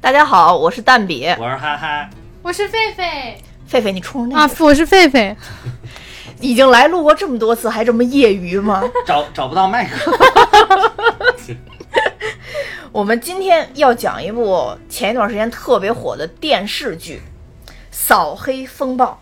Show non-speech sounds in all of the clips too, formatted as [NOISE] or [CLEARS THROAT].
大家好，我是蛋比， [LAUGHS] 我是哈哈，我是狒狒狒狒，你冲着那啊个，我是狒狒，已经来录过这么多次，还这么业余吗？找找不到麦克， [LAUGHS] 我们今天要讲一部前一段时间特别火的电视剧《扫黑风暴》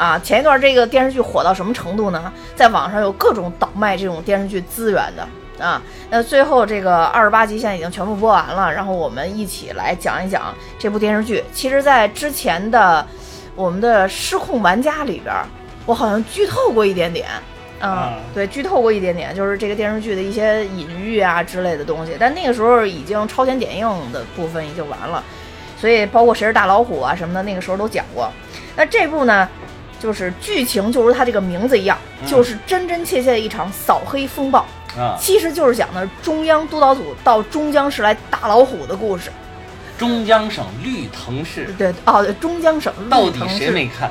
啊。前一段这个电视剧火到什么程度呢？在网上有各种倒卖这种电视剧资源的啊。那最后这个二十八集现在已经全部播完了，然后我们一起来讲一讲这部电视剧。其实，在之前的我们的失控玩家里边儿，我好像剧透过一点点。啊嗯，对，剧透过一点点，就是这个电视剧的一些隐喻啊之类的东西。但那个时候已经超前点映的部分已经完了，所以包括谁是大老虎啊什么的，那个时候都讲过。那这部呢，就是剧情就如它这个名字一样，嗯就是真真切切的一场扫黑风暴，啊，其实就是讲的中央督导组到中江市来打老虎的故事。中江省绿藤市，对，哦，对，中江省到绿底藤谁市，没看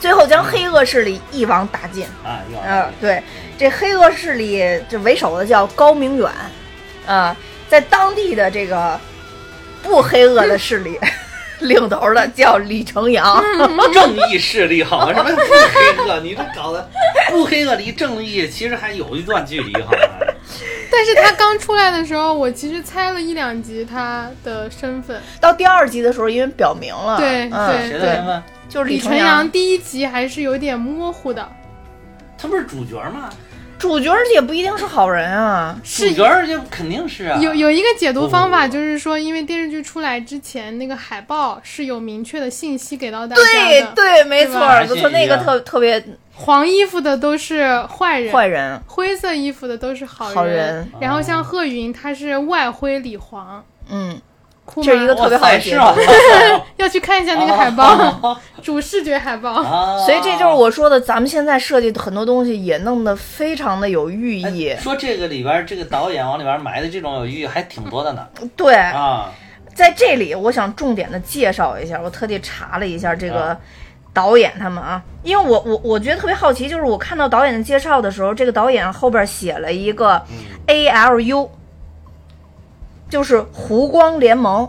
最后将黑恶势力一网打尽。啊？又来呃了，对，这黑恶势力这为首的叫高明远，呃，在当地的这个不黑恶的势力 [LAUGHS] 领头的叫李成阳，嗯正义势力好吗？什么不黑恶？你这搞的不黑恶离正义其实还有一段距离 [LAUGHS] 好吗？但是他刚出来的时候，我其实猜了一两集他的身份，到第二集的时候，因为表明了，对嗯，对谁的身份？就是李成晨阳阳第一集还是有点模糊的，他不是主角吗？主角也不一定是好人啊，主是角儿就肯定是啊，有有一个解读方不法，不不就是说，因为电视剧出来之前，那个海报是有明确的信息给到大对家的，对，没错儿，对吧就从那个特特别黄衣服的都是坏人，坏人，灰色衣服的都是好人，好人然后像贺云，他是外灰里黄，嗯，哭这是一个哦吗哇特别好的塞结是果吗？ [LAUGHS] 要去看一下那个海报， [LAUGHS] 主视觉海 [LAUGHS] 报。啊，所以这就是我说的，咱们现在设计的很多东西也弄得非常的有寓意哎。说这个里边儿这个导演往里边儿埋的这种有寓意还挺多的呢对，啊，在这里，我想重点的介绍一下，我特地查了一下这个啊导演他们啊，因为我我我觉得特别好奇，就是我看到导演的介绍的时候，这个导演后边写了一个 A L U，就是湖光联盟，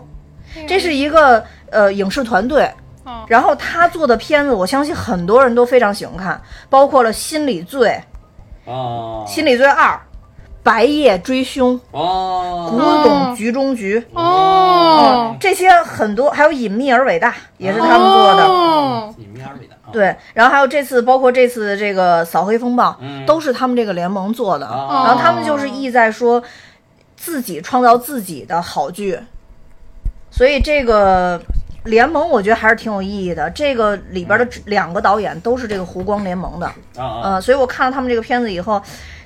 这是一个呃影视团队。哦然后他做的片子，我相信很多人都非常喜欢看，包括了《心理罪》哦， 《心理罪二》《白夜追凶》《古哦，董局中局》哦，这些很多，还有《隐秘而伟大》也是他们做的。哦，你们二位的啊，对，然后还有这次，包括这次这个扫黑风暴，嗯都是他们这个联盟做的。啊然后他们就是意在说自己创造自己的好剧，所以这个联盟我觉得还是挺有意义的。这个里边的两个导演都嗯是这个湖光联盟的，啊啊，呃，所以我看了他们这个片子以后，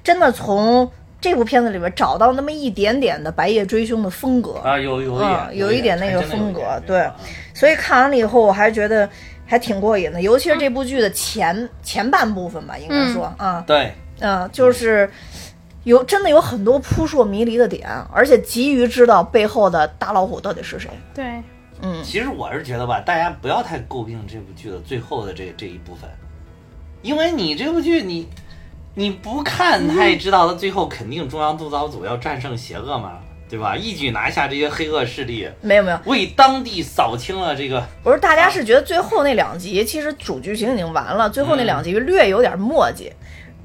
真的从这部片子里边找到那么一点点的《白夜追凶》的风格。啊有有一嗯点有一点那个还真的有一点啊风格对所以看完了以后，我还觉得还挺过瘾的，尤其是这部剧的前、前半部分吧，应该说啊，对，嗯、就是有真的有很多扑朔迷离的点，而且急于知道背后的大老虎到底是谁。对，嗯，其实我是觉得吧，大家不要太诟病这部剧的最后的这这一部分，因为你这部剧你你不看，他也知道他最后肯定中央督导组要战胜邪恶嘛，对吧？一举拿下这些黑恶势力，没有没有，为当地扫清了这个我说大家是觉得最后那两集其实主剧情已经完了，最后那两集略有点墨迹。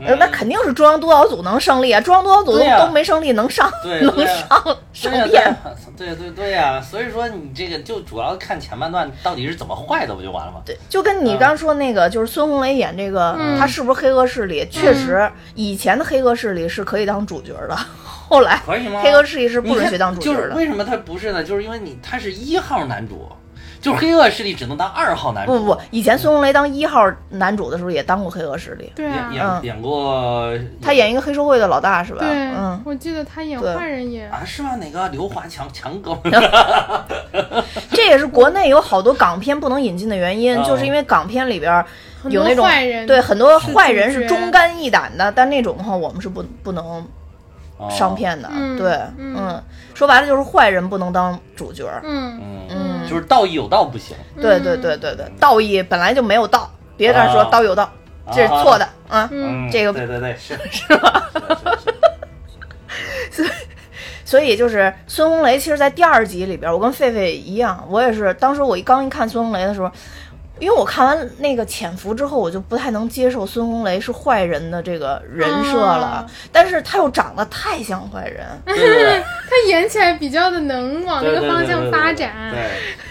呃，那肯定是中央督导组能胜利啊！中央督导组都、嗯对啊都没胜利，能上对能对啊上上对呀片。对呀对对对呀、所以说你这个就主要看前半段到底是怎么坏的，不就完了吗？对，就跟你嗯刚说那个，就是孙红雷演这个，嗯他是不是黑恶势力？确嗯实，以前的黑恶势力是可以当主角的， [LAUGHS] 后来可以吗？黑恶势力是你不看，允许当主角就是的。为什么他不是呢？就是因为你他是一号男主，就是黑恶势力只能当二号男主。不不不，以前孙红雷当一号男主的时候也当过黑恶势力，对演啊，演嗯演过他演一个黑社会的老大是吧？对嗯，，我记得他演对坏人也，啊是吗？哪个刘华强强哥？这也是国内有好多港片不能引进的原因，哦就是因为港片里边儿很有多那种坏人对很多坏人嗯是是主角忠肝义胆的，但那种的话我们是不不能商片。骗的。嗯对，嗯嗯，说白了就是坏人不能当主角。嗯，嗯，嗯，就是道义有道不行，对对对对对，道义本来就没有道，别跟他说啊道有道，这是错的啊。嗯嗯，这个对对对是是吧？是是是所以就是孙红雷，其实，在第二集里边，我跟狒狒一样，我也是当时我一刚一看孙红雷的时候，因为我看完那个《潜伏》之后，我就不太能接受孙红雷是坏人的这个人设了，嗯但是他又长得太像坏人，对对对。他演起来比较的能往对那个对方对向对发对展。对，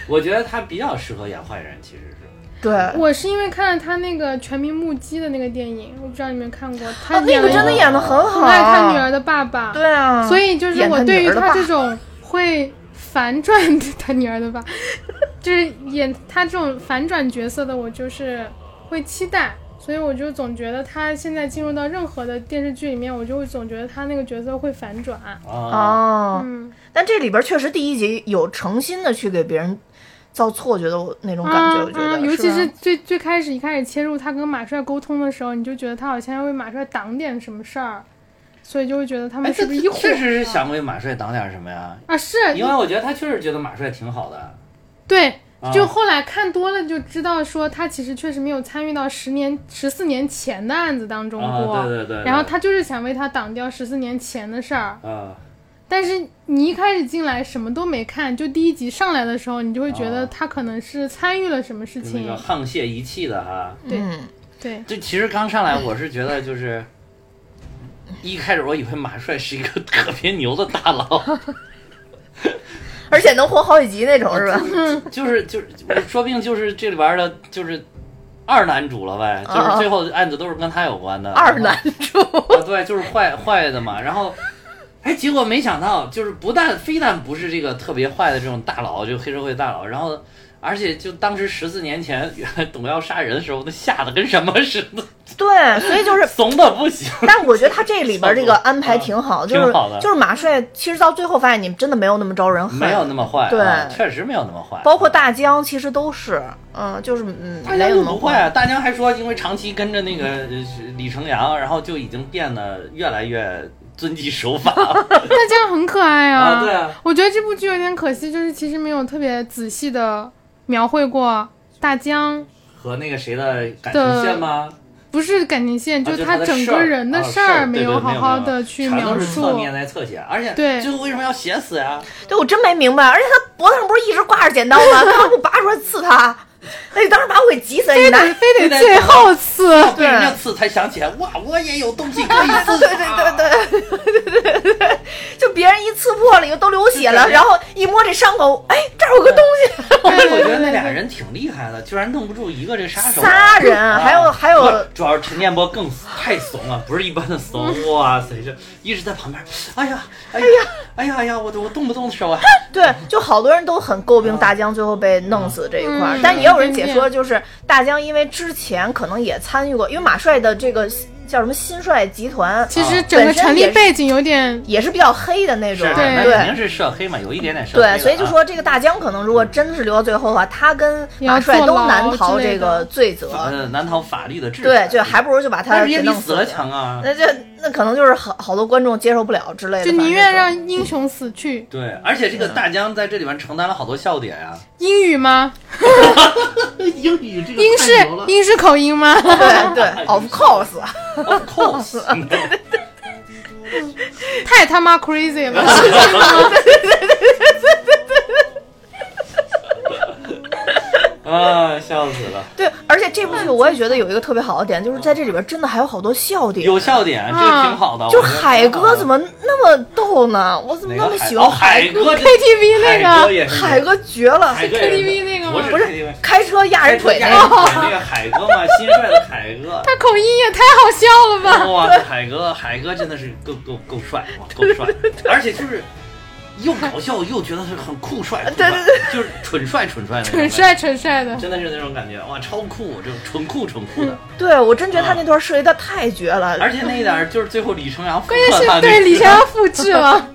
我觉得他比较适合演坏人，其实是对，我是因为看了他那个《全民目击》的那个电影，我不知道你们看过，他、啊，那个真的演的很好，啊很爱他女儿的爸爸，对啊，所以就是演我他对女于儿的他爸这种会反转他女儿的吧， [LAUGHS] 就是演他这种反转角色的，我就是会期待，所以我就总觉得他现在进入到任何的电视剧里面，我就会总觉得他那个角色会反转。啊，哦，嗯，但这里边确实第一集有诚心的去给别人造错觉的那种感觉，啊我觉啊！得，尤其吧是最最开始一开始切入他跟马帅沟通的时候，你就觉得他好像要为马帅挡点什么事儿，所以就会觉得他哎，们这是不是一伙确实是的想为马帅挡点什么呀？啊？是，因为我觉得他确实觉得马帅挺好的，对啊，就后来看多了就知道，说他其实确实没有参与到十年、十四年前的案子当中过。啊对对对对然后他就是想为他挡掉十四年前的事儿，啊，但是你一开始进来什么都没看，就第一集上来的时候，你就会觉得啊他可能是参与了什么事就那情。个沆瀣一气的哈。对嗯，对，就其实刚上来，我是觉得就是。一开始我以为马帅是一个特别牛的大佬， [LAUGHS] 而且能活好几集那种是 [LAUGHS] 吧？就是就是，说不定就是这里边的，就是二男主了呗，就啊是最后案子都是跟他有关的。二男主，啊，对，就是坏坏的嘛。然后，哎，结果没想到，就是不但非但不是这个特别坏的这种大佬，就黑社会大佬，然后而且就当时十四年前原来董要杀人的时候，那吓得跟什么似的，对，所以就是怂的不行。但我觉得他这里边这个安排挺好，挺就是好的就是马帅，其实到最后发现你们真的没有那么招人恨，没有那么坏，对啊确实没有那么坏，包括大江其实都是，嗯，就是嗯，大没江有就那么不坏啊。大江还说，因为长期跟着那个呃李成阳，然后就已经变得越来越遵纪守法那这样很可爱啊， [LAUGHS] 对啊，我觉得这部剧有点可惜，就是其实没有特别仔细的描绘过大江，和那个谁的感情线吗？不是感情线，啊就就他的整事个儿人的啊事事儿儿没对对有好好没有的去全描都是侧述。面在侧写，而且对最后为什么要写死 [LAUGHS] 呀？对我真没明白，而且他脖子上不是一直挂着剪刀吗？干嘛不拔出来刺他？哎，当时把我给急死了！ [LAUGHS] 你拿非非得最后刺，被人家刺才想起来，哇，我也有东西可以刺 [LAUGHS] 啊对对对对，就别人一刺破了以后都流血了，对然后一摸这伤口，哎，这儿有个东西，我觉得那俩人挺厉害的，居然弄不住一个这杀手啊。仨人，还有啊还有，不主要是陈建波更太怂了，不是一般的怂，嗯哇塞，这一直在旁边，哎呀，哎呀，哎呀，哎呀，我我动不动手啊，对，就好多人都很诟病大江最后被弄死这一块儿，嗯但也有人解说，就是大江因为之前可能也参与过，因为马帅的这个叫什么新帅集团其实哦整个成立背景有点，也是比较黑的那种，是，对那对肯定是涉黑嘛，有一点点涉黑的啊。对，所以就说这个大江可能如果真是留到最后的话，他跟马帅都难逃这个罪责，呃难逃法律的制对裁。，就还不如就把他但是给也比弄死了强啊。那就那可能就是好好多观众接受不了之类的，就宁反愿正让英雄死去。对，而且这嗯个大江在这里面承担了好多笑点 [LAUGHS] 啊。英语吗？英语这个英式英式口音 [LAUGHS] 吗？对对，of course， ，of course，太他妈 [LAUGHS] crazy 了！啊，笑死了，对，而且这部剧嗯我也觉得有一个特别好的点，就是在这里边真的还有好多笑点，有笑点，这个挺好的。嗯就我觉得海挺好的哥怎么那么逗呢？我怎么哪那个么海喜哦欢海哥？ [LAUGHS] 哥这 KTV 那个海哥也是海哥绝了，海哥也是 KTV 那个吗不不是是 KTV，开车压人腿那哎那个， [LAUGHS] 那个海哥嘛，新帅的海哥。他口音也太好笑了吧！ [LAUGHS] 哇，海哥，海哥真的是够够够帅，哇，够帅，而且就是又搞笑又觉得是很酷帅，酷帅对就是蠢帅蠢帅的，蠢，帅蠢帅的，真的是那种感觉，哇，超酷，这种蠢酷蠢酷嗯的，对我真觉得他那段设计的太绝了，嗯而且那一点儿就是最后李成阳复关键刻他是那对个李逍遥复制 [LAUGHS] 了。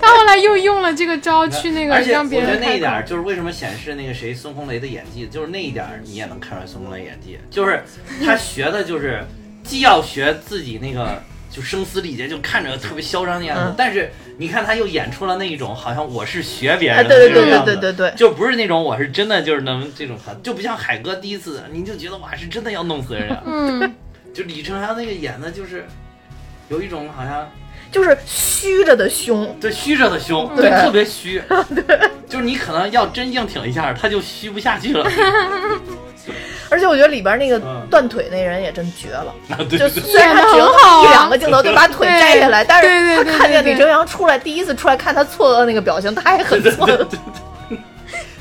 他后来又用了这个招 [LAUGHS] 去那个而且让我别觉得人那一点开儿口。就是为什么显示那个谁孙红雷的演技，就是那一点儿你也能看出来孙红雷演技，就是他学的就是既要学自己那个就声嘶力竭，就看着特别嚣张的样子，嗯但是你看他又演出了那一种好像我是学别哎，人的那对对种对样子。对对对对。就不是那种我是真的就是能这种，就不像海哥第一次，你就觉得哇是真的要弄死人啊！嗯，就李承阳那个演的就是有一种好像就是虚着的胸，对虚着的嗯胸，对特别 [LAUGHS] 虚，就是你可能要真硬挺一下，他就虚不下去 [LAUGHS] 了。而且我觉得里边那个嗯断腿那人也真绝了，啊 [LAUGHS] 对就对对，虽然他只有演得很好啊一两个镜头就把腿摘下来，但对是他对对看见对对李正阳出来，第一次出来看他错愕的那个表情，他也很错愕。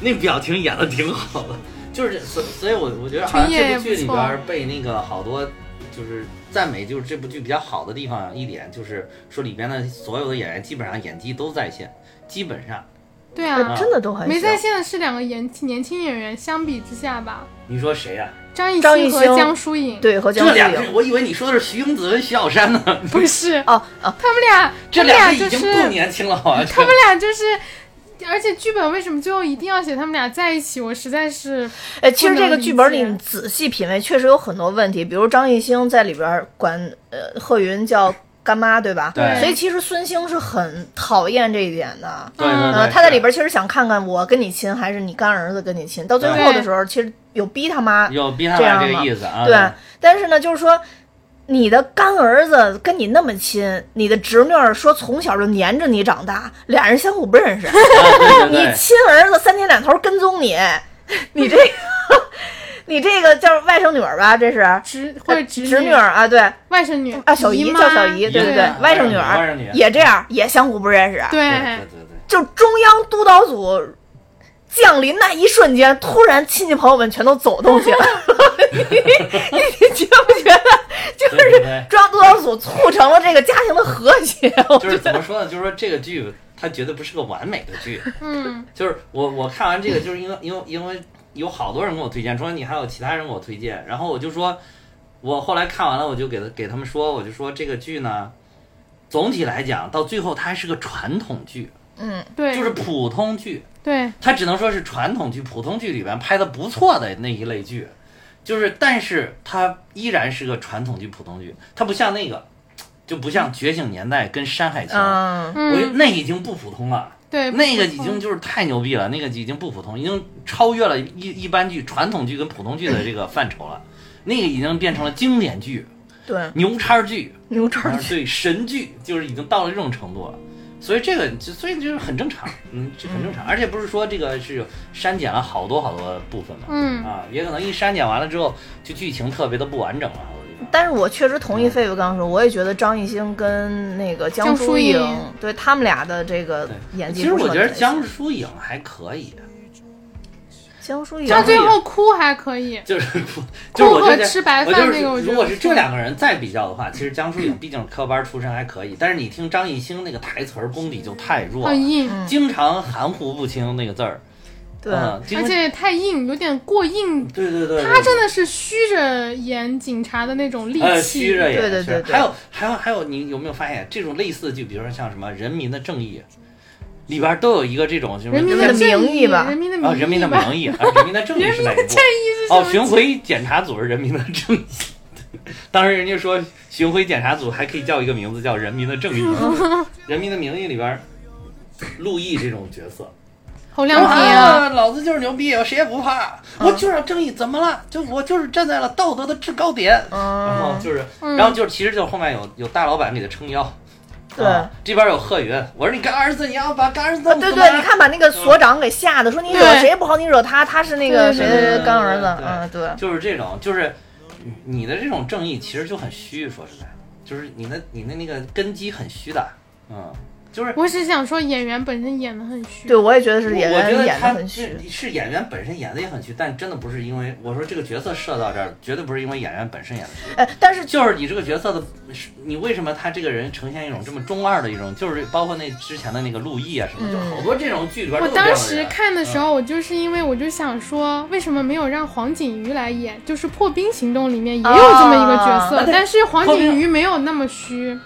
那表情演的挺好的，就是所所以我，我觉得好像群演这也部不剧里错边儿被那个好多就是赞美，就是这部剧比较好的地方一点，就是说里边的所有的演员基本上演技都在线，基本上对 [LAUGHS] 啊，真的都很没在像线的是两个年年轻演员，相比之下吧，你说谁呀、张艺张艺兴和兴江疏影，对和江这疏两个人，影我以为你说的是徐英子跟徐小山呢，不 [LAUGHS] 是哦哦，他们俩，这他们俩个已就经是不年轻了，好像是他们俩就是。而且剧本为什么最后一定要写他们俩在一起？我实在是哎，其实这个剧本里不能你理仔细品味，确实有很多问题，比如张艺兴在里边管呃贺云叫干妈，对吧？对所以其实孙兴是很讨厌这一点的。对对嗯对，呃，他在是里边其实想看看我跟你亲还是你干儿子跟你亲，到最后的时候其实有逼他妈，有逼他这样俩这个吗意思啊，对，但是呢，就是说。你的干儿子跟你那么亲，你的侄女儿说从小就黏着你长大，俩人相互不认识，对对你 [LAUGHS] 对亲儿子三天两头跟踪你， [LAUGHS] 你这个， [LAUGHS] 你这个叫外甥女儿吧？这是侄或者侄侄女儿啊？对啊，外甥女小姨妈叫小姨，对对对对外甥女哎外甥儿女也这样，也相互不认识。对对对对对。就中央督导组降临那一瞬间，突然亲戚朋友们全都走动起来了， [LAUGHS] 你你觉不觉得？就对对是对中央督导组促成了这个家庭的和谐。 [LAUGHS] 我 [LAUGHS] 就是怎么说呢？就是说这个剧，它绝对不是个完美的剧。嗯，就是我我看完这个，就是因为因为因为有好多人给我推荐，说你还有其他人给我推荐，然后我就说，我后来看完了，我就给他给他们说，我就说这个剧呢，总体来讲到最后它还是个传统剧，嗯，对，就是普通剧，对，它只能说是传统剧、普通剧里边拍的不错的那一类剧，就是但是它依然是个传统剧、普通剧，它不像那个，就不像《觉醒年代》跟《山海情》嗯，我觉得嗯，那已经不普通了，对，那个不已经就是太牛逼了，那个已经不普通，已经超越了一一般剧、传统剧跟普通剧的这个范畴了，那个已经变成了经典剧、对，牛叉剧，牛叉啊对神剧，就是已经到了这种程度了。所以这个，就所以就是很正常，嗯，这很正常，而且不是说这个是删减了好多好多部分嘛，嗯啊，也可能一删减完了之后，就剧情特别的不完整了，好多地方。但是我确实嗯同意狒狒刚说，我也觉得张艺兴跟那个江江疏疏影影，对他们俩的这个对演技其实不是我很觉得在江线疏影还可以，江疏影江到疏最影后哭还可以，就是不就是我觉和得吃白我饭就那是个我觉得如果是不这错两个人再比较的话，其实江疏影毕竟科班出身还可以，但是你听张艺兴那个台词儿功底就太弱了很，硬，经常含糊不清那个字儿，对，嗯经而且太硬，有点过硬。对对对，他真的是虚着演警察的那种呃虚戾气，着也对对对是对还有还有还有，你有没有发现这种类似的剧，比如说像什么《人民的正义》里边儿都有一个这种就是人民的的正名义吧人民的啊，名义， 《人民的名义》啊，《人民的正义》是哪一部？哦，巡回检察组是人民的正义。 [LAUGHS] 当时人家说巡回检察组还可以叫一个名字叫人民的正 [LAUGHS] 义，《人民的名义》里边，陆毅这种角色，侯亮平啊，啊，老子就是牛逼，我谁也不啊怕，我就是要正义，怎么了？就我就是站在了道德的制高点。然后嗯，就是，嗯然后就是，其实就是后面有有大老板给他撑腰，对。呃啊啊这边有贺云，我说你干儿子，你要把干儿子弄对死对，吗你看把那个所长给吓得，说你惹对谁不好，你惹他，他是那个对谁对的对谁对的干儿子，对嗯，对，就是这种，就是你的这种正义其实就很虚，说实在的，就是你的你的那个根基很虚的，嗯，就是我只想说演员本身演的很虚，对我也觉得我是演我觉员得演的他很是虚，是演员本身演的也很虚，但真的不是因为我说这个角色设到这儿，绝对不是因为演员本身演的虚，哎，但是就是你这个角色的，是你为什么他这个人呈现一种这么中二的一种，就是包括那之前的那个陆毅啊什么，就好多这种剧啊里边嗯都我有这样的当人时看的时候，我就是因为我就想说，为什么没有让黄景瑜来演？就是《破冰行动》里面也有这么一个角哦啊色，但是黄景瑜没有那么虚。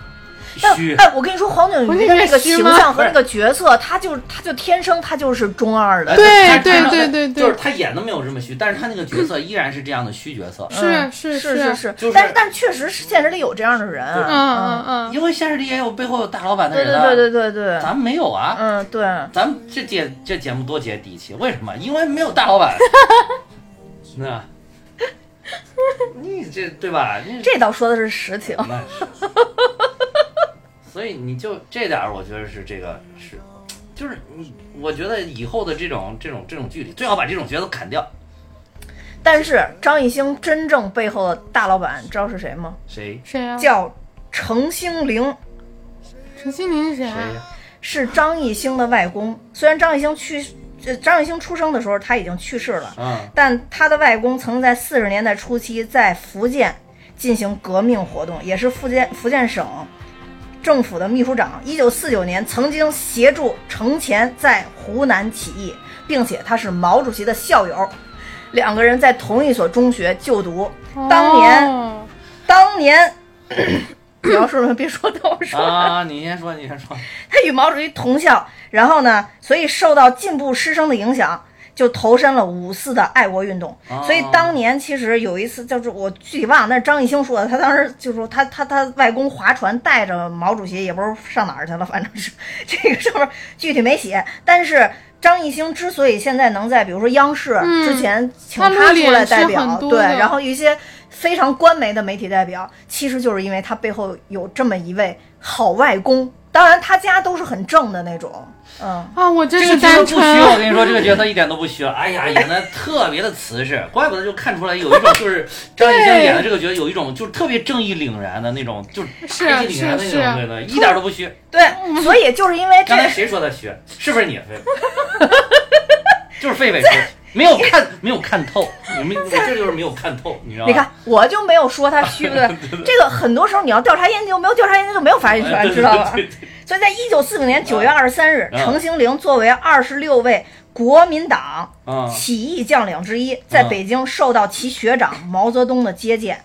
但虚，哦哎，我跟你说，黄景黄瑜景的瑜那个虚形吗象和那个角色，他就他就天生他就是中二的，对他他对他对对对就是他演的没有这么虚，但是他那个角色依然是这样的虚角色，是嗯是是是是就是但是但是确实是现实里有这样的人啊，对嗯嗯嗯，因为现实里也有背后有大老板的对人对啊，对对对对，咱们没有啊，嗯对，咱们这节这节目多接地气，为什么？因为没有大 [LAUGHS] 老板，那，你这对吧？[LAUGHS] 你这倒说的是实情。那是，所以你就这点儿，我觉得是这个是，就是你，我觉得以后的这种这种这种剧里，最好把这种角色砍掉。但是张艺兴真正背后的大老板，知道是谁吗？谁？谁啊？叫程兴凌，陈心凌是谁谁呀啊？、是张艺兴的外公。虽然张艺兴去，呃，张艺兴出生的时候他已经去世了，嗯，但他的外公曾在四十年代初期在福建进行革命活动，也是福建福建省政府的秘书长。一九四九年曾经协助程潜在湖南起义，并且他是毛主席的校友，两个人在同一所中学就读。当年，哦当年。 [COUGHS] 你要说什么？别说，等我说。啊，你先说，你先说。他与毛主席同校，然后呢，所以受到进步师生的影响，就投身了五四的爱国运动。哦所以当年其实有一次，就是我具体忘了，那是张艺兴说的。他当时就说他他他外公划船带着毛主席，也不知道上哪儿去了，反正是这个上面具体没写。但是张艺兴之所以现在能在比如说央视、嗯之前请他露脸出来代是表很，多对，的然后一些非常官媒的媒体代表，其实就是因为他背后有这么一位好外公。当然，他家都是很正的那种，嗯，啊，我真这是个角色单不虚，我纯。跟你说，这个角色一点都不虚。哎呀，演的特别的瓷实，怪不得就看出来有一种就是张艺兴演的这个角色有一种就是特别正义凛然的那种，就是是正义凛然的是那是种对对，一点都不虚。对， [LAUGHS] 所以就是因为这刚才谁说他虚？是不是你？狒狒就是狒狒说的没有看没有看透，你们这就是没有看透，你知道吗？你看，我就没有说他虚，对不对？这个很多时候你要调查研究，没有调查研究就没有发言哎权，对知道吧对对？对所以在一九四五年九月二十三日，嗯程兴凌作为二十六位国民党嗯起义将领之啊一，在北京受到其学长毛泽东的接见，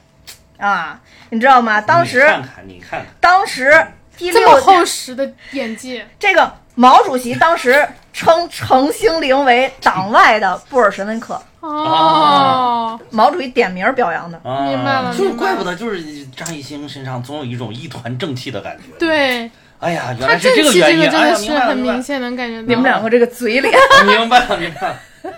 啊，你知道吗？当嗯你时，看看，你看看，当时第这么六厚实的演技，这个毛主席当时称程兴凌为党外的布尔什维克，哦，毛主席点名表扬的。啊明白了就是明白怪了不得，就是张艺兴身上总有一种一团正气的感觉。对哎呀，原他来是正个气原这因，个真哎的呀，是明白了，很明白明了，显能感觉到。你们两个这个嘴 [LAUGHS] 脸，明白了，明白了。 [LAUGHS]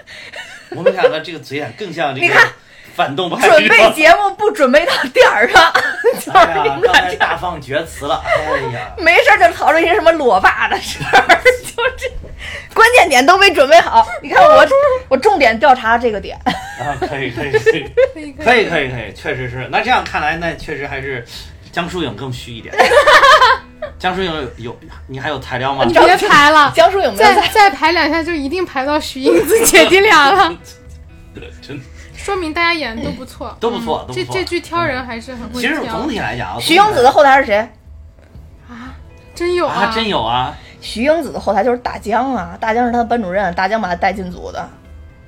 我们两个这个嘴脸更像这你个看反动派，准你知道备吗节目不准备到点儿上，就是 [LAUGHS] 哎呀，你们刚俩才这样大放厥词了，哎呀，没事儿就讨论一些什么裸爸的事儿， [LAUGHS] 就这关键点都没准备好。你看 [LAUGHS] 我，我重点调查这个点。 [LAUGHS] 啊，可以，可以，可以。可以可以，以可以可以，确实是。那这样看来，那确实还是江疏影更虚 [LAUGHS] 一点。江疏影有有你还有材料吗？你别排了，江疏影没有 [LAUGHS] 再在，再排两下就一定排到徐英子 [LAUGHS] 姐弟俩了， [LAUGHS] 真的说明大家演的都不错，都不错嗯都不这错这剧挑人还是很会其实挑总体来讲啊，徐英子的后台是谁？啊，真有啊，真有啊，徐英子的后台就是大江啊，大江是她的班主任，大江把她带进组的。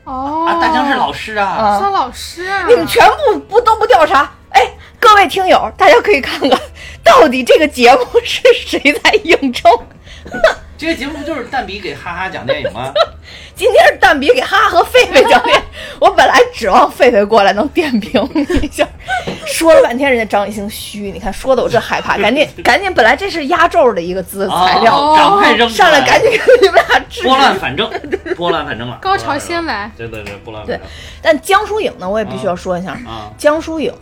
哦，啊，大江是老师啊，啊张老师啊，你们全部不都不调查？哎，各位听友，大家可以看看，到底这个节目是谁在应征？这个节目不就是蛋比给哈哈讲电 [LAUGHS] 影吗？今天是蛋比给哈哈和狒狒讲电影，我本来指望狒狒过来能点评一下，说了半天人家张艺兴虚，你看说的我这害怕，赶紧赶紧，本来这是压轴的一个资材料，啊，赶快扔上来出赶紧给你们俩治 [LAUGHS] 拨乱反正，拨乱反正了，高潮先来，对对对，拨乱反正但江疏影呢，我也必须要说一下，啊，江疏影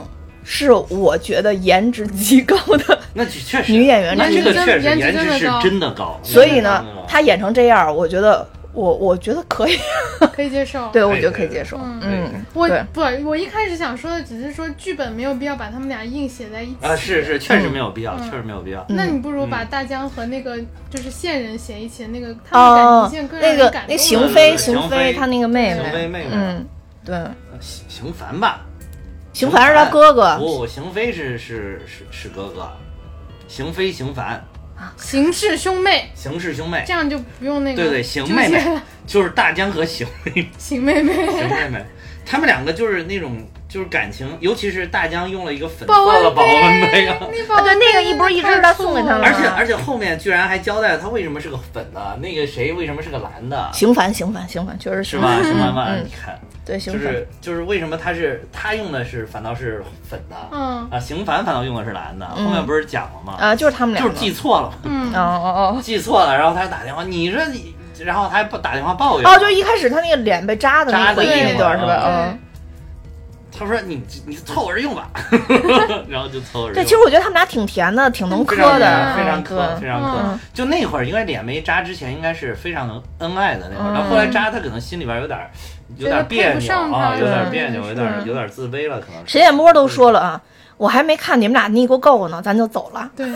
是我觉得颜值极高 [LAUGHS] 的那确实女演员那之这一个，颜值确实真颜颜值值真是的高真的高，所以呢嗯，她演成这样，我觉得我我觉得可以， [LAUGHS] 可以接受。对我觉得可以接受，嗯嗯，我对不，我一开始想说的只是说剧本没有必要把他们俩硬写在一起。啊是是确实没有必要，确实没有必要。那嗯你不如把大江和那个就是线人写一起，那个他们的哦感情线更，让那人个感那动邢了飞，邢邢飞飞她那个妹邢妹，飞妹妹，嗯，对。邢邢凡吧，邢凡是哦他哥哥，不，邢飞是是是是哥哥，邢飞邢凡，邢氏兄妹，邢氏兄妹这，样就不用那个对对，邢妹纠结妹了就是大江和邢妹，邢妹妹，邢妹妹，他们两个就是那种就是感情，尤其是大江用了一个粉保色温的保温杯啊。那保温对那个杯一不是一直太他臭送给他了了而且而且后面居然还交代了他为什么是个粉的，那个谁为什么是个蓝的，邢凡，邢凡，邢凡，确实是是吧？嗯是万万，嗯你看，对，就邢凡，是就是为什么他是他用的是反倒是粉的，嗯啊，邢凡反倒用的是蓝的，嗯后面不是讲了吗？啊，就是他们两就是个，记错了嘛，嗯哦哦记错了，然后他打电话，你这你，然后他还不打电话抱哦，怨，哦，就一开始他那个脸被扎的那扎的回忆那那段段是啊吧？他说你你凑合着 [LAUGHS] 用吧，然后就凑合着用。对，嗯其实我觉得他们俩挺甜的，挺能非磕常的，非嗯常磕磕，非常磕嗯。就那会儿，应该脸没扎之前，应该是非常能恩爱的那会儿。到后来扎，他可能心里边有点有点嗯觉得别配不扭上他啊，有点对别扭，有是点有点自卑了，可能是。陈建波都说了啊，我还没看你们俩腻过够呢，咱就走了。对。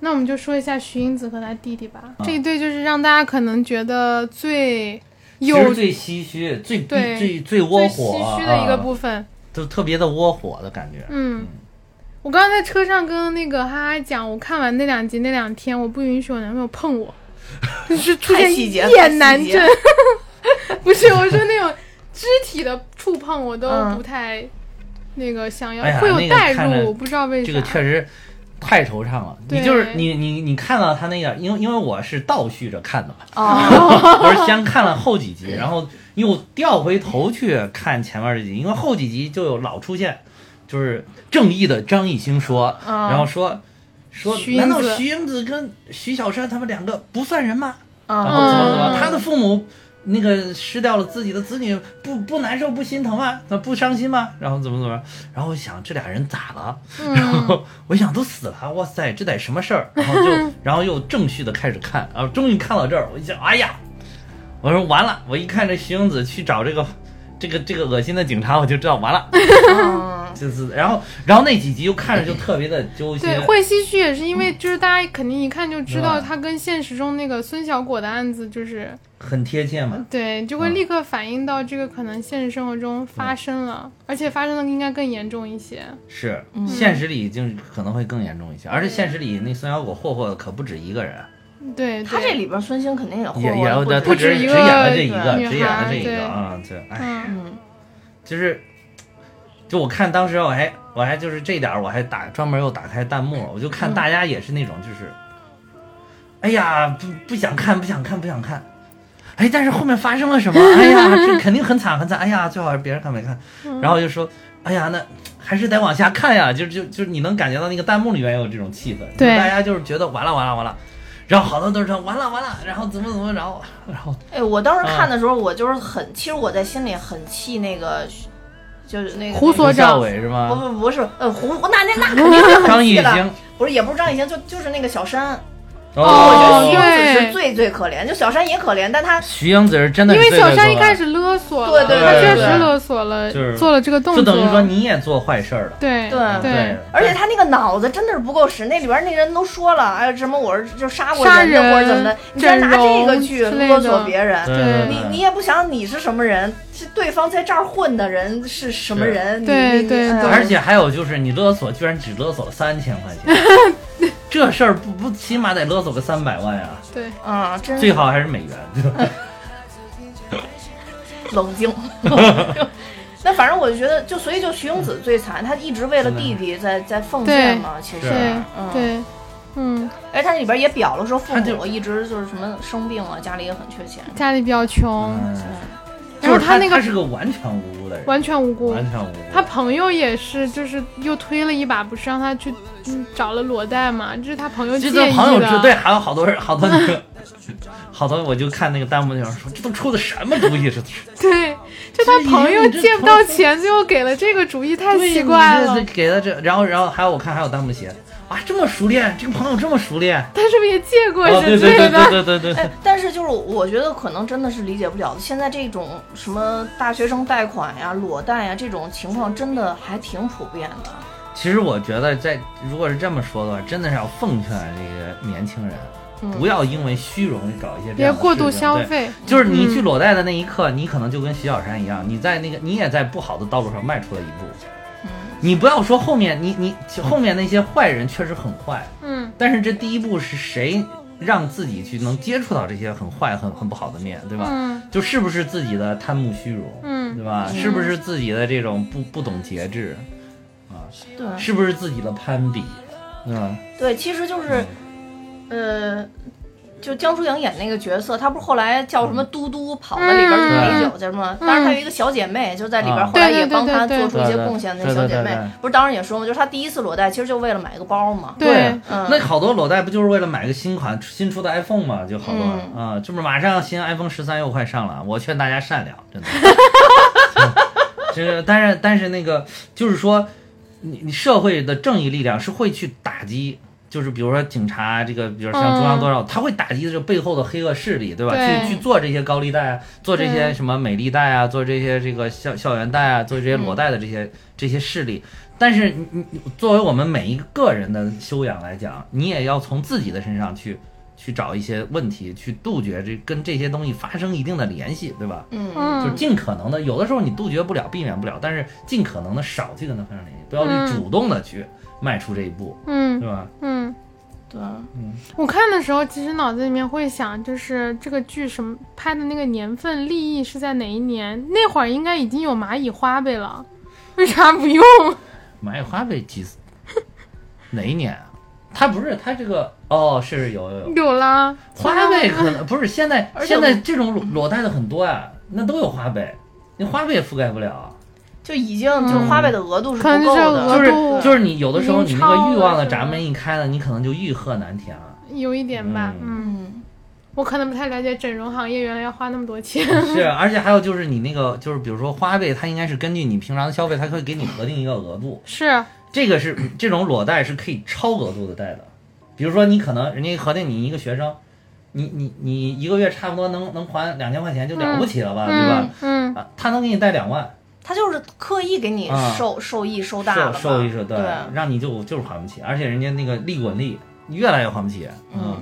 那我们就说一下徐英子和他弟弟吧，这一对就是让大家可能觉得最有其实最唏嘘、最对最最窝最火唏嘘的一个啊部分。都特别的窝火的感觉。嗯，我刚刚在车上跟那个哈哈讲，我看完那两集那两天，我不允许我男朋友碰我， [LAUGHS] 就是出太现细一节了太眼细难节症。 [LAUGHS] 不是，我说那种肢体的触碰我都嗯不太那个想要，哎呀会那个有代入，看着我不知道为啥。这个确实太惆怅了。对你就是你你你看到他那个，因为因为我是倒叙着看的嘛，哦， [LAUGHS] 我是先看了后几集，然后又调回头去看前面这集，因为后几集就有老出现，就是正义的张艺兴说，啊然后说说嗯徐英难道子徐英子跟徐小山他们两个不算人吗？然嗯后怎么怎么，嗯他的父母那个失掉了自己的子女，不不难受不心疼吗？那不伤心吗？然后怎么怎么，然后我想这俩人咋了？嗯然后我想都死了，哇塞，这得什么事儿？然 [LAUGHS] 后就然后又正序的开始看，然后终于看到这儿，我一想，哎呀，我说完了，我一看这徐英子去找这个。这个这个恶心的警察，我就知道完 [LAUGHS] 了，哦嗯就是然后然后那几集又看着就特别的揪心对，，会唏嘘也是因为，就是大家肯定一看就知道嗯对吧他跟现实中那个孙小果的案子就是很贴切嘛。对，就会嗯立刻反映到这个可能现实生活中发生了，而且发生的应该更严重一些。是，现实里就可能会更严重一些，而且现实里那孙小果霍霍的可不止一个人，对，他对这里边孙兴肯定也霍嗯也霍也了，他不只止一只个演了这一对个，只演了这一女孩个啊，对，哎，嗯。嗯就是，就我看当时我还我还就是这点儿我还打专门又打开弹幕了，我就看嗯大家也是那种就是，哎呀不不想看不想看不想看，哎但是后面发生了什么？哎呀这肯定很惨很惨，哎呀最好是别人看没看，嗯然后就说哎呀那还是得往下看呀，就就就你能感觉到那个弹幕里面有这种气氛，对就是大家就是觉得完了完了完了。然后好多都是说完了完了，然后怎么怎么，然后然后哎，我当嗯时看的时候，我就是很，其实我在心里很气那个，就是那个胡所胡长孝伟是不吗？不不是，呃，胡那那那肯定是很张艺气的，兴，不是也不是张艺兴，就就是那个小山，哦我觉得徐英子对是最最可怜，就小山也可怜，但他徐英子是真的因是为最小最山一多开的始勒索了，对对他对确对实对勒索了，就是做了这个动就作，等于说你也做坏事儿了。嗯对对对而且他那个脑子真的是不够使，那里边那人都说了，哎，什么我是就杀过杀人的或者人怎么的，你再拿这个去整容之类勒索的别人，对对你你也不想你是什么人，是对方在这儿混的人是什么是人？你对你对嗯对而且还有就是你勒索，居然只勒索了三千块钱， [LAUGHS] 这事儿不不起码得勒索个三百万呀、对，嗯嗯，真最是好还是美元。冷 [LAUGHS] 静。那反正我就觉得，就所以就徐英子最惨，她一直为了弟弟在在奉献嘛，其实是对，嗯，对，嗯，而且她里边也表了说父她就母一直就是什么生病了，家里也很缺 [LAUGHS] 钱，家里比较穷，嗯，然后就是他那他个是个完全无辜的人，完全无辜。完全无辜。他朋友也是，就是又推了一把，不是让他去嗯找了裸贷嘛？这是他朋友这建这议朋友的之。对，还有好多人，好多那个，好多我就看那个弹幕那上说，这都出的什么主意？ [LAUGHS] 这对，就这他已经朋友你这借不朋到友钱，最后给了这个主意，太对奇怪你这了这。给了这，然后然后还有我看还有弹幕写，哇，这么熟练，这个朋友这么熟练。他是不是也借过哦，之对类对对的？对对对对哎，但是就是我觉得可能真的是理解不了，现在这种什么大学生贷款呀、裸贷呀这种情况，真的还挺普遍的。其实我觉得在，如果是这么说的话，真的是要奉劝这个年轻人，不要因为虚荣去搞一些这嗯别样的过事度情消对费。就是你去裸贷的那一刻，你可能就跟徐小山一样，你在那个你也在不好的道路上迈出了一步。嗯你不要说后面你你其后面那些坏人确实很坏，嗯，但是这第一步是谁让自己去能接触到这些很坏很很不好的面对吧？嗯就是不是自己的贪慕虚荣，嗯对吧？是不是自己的这种不不懂节制，对，是不是自己的攀比，嗯对吧？对，其实就是，呃，就江疏影演那个角色，她不是后来叫什嗯么嘟嘟跑到里边去嗯陪酒去吗？当然，她有一个小姐妹，就在里边啊后来嗯对也对帮对她对做出一对些对贡献的那对小对姐对妹对，不是当时也说嘛，就是她第一次裸贷，其实就为了买个包嘛。对，嗯啊那好多裸贷不就是为了买个新款新出的 iPhone 嘛，就好多啊、嗯 [LAUGHS] 这不是马上新 iPhone 十三又快上了，我劝大家善良，真的。就是但是但是那个就是说，你你社会的正义力量是会去打击。就是比如说警察，这个比如像中央多少，他会打击这背后的黑恶势力，对吧？嗯对去去做这些高利贷啊，做这些对什么美利贷啊，做这些这个校校园贷啊，做这些裸贷的这嗯些、这些势力。但是你你你作为我们每一个人的修养来讲，你也要从自己的身上去去找一些问题，去杜绝这跟这些东西发生一定的联系，对吧？嗯，就是嗯，尽可能的，有的时候你杜绝不了、避免不了，但是尽可能的少去跟它发生联系，不要嗯去主动的去迈出这一步，嗯对吧？嗯，对，我看的时候，其实脑子里面会想，就是这个剧什么拍的那个年份，立意是在哪一年？那会儿应该已经有蚂蚁花呗了，为啥不用？蚂蚁花呗几？ [LAUGHS] 哪一年啊？他不是他这个哦，是有有有有啦，花呗可能不是现在而且现我在这种裸裸贷的很多啊，那都有花呗，那花呗也覆盖不了啊。就已经就花呗的额度是不嗯可能够就是的，额就是度就是你有的时候已你经那超个欲望了的是闸吧门一开了，你可能就欲壑难填了。有一点吧，嗯，嗯，我可能不太了解整容行业原来要花那么多钱， [LAUGHS] 是，而且还有就是你那个就是比如说花呗，它应该是根据你平常的消费，它会给你核定一个额度。是，这个是这种裸贷是可以超额度的贷的，比如说你可能人家核定你一个学生，你你你一个月差不多能能还两千块钱就了不起了吧，对嗯吧？嗯啊，他能给你贷两万，他就是刻意给你啊受受益受大了受嘛，受益是对对，，让你就就是还不起，而且人家那个利滚利越来越还不起，嗯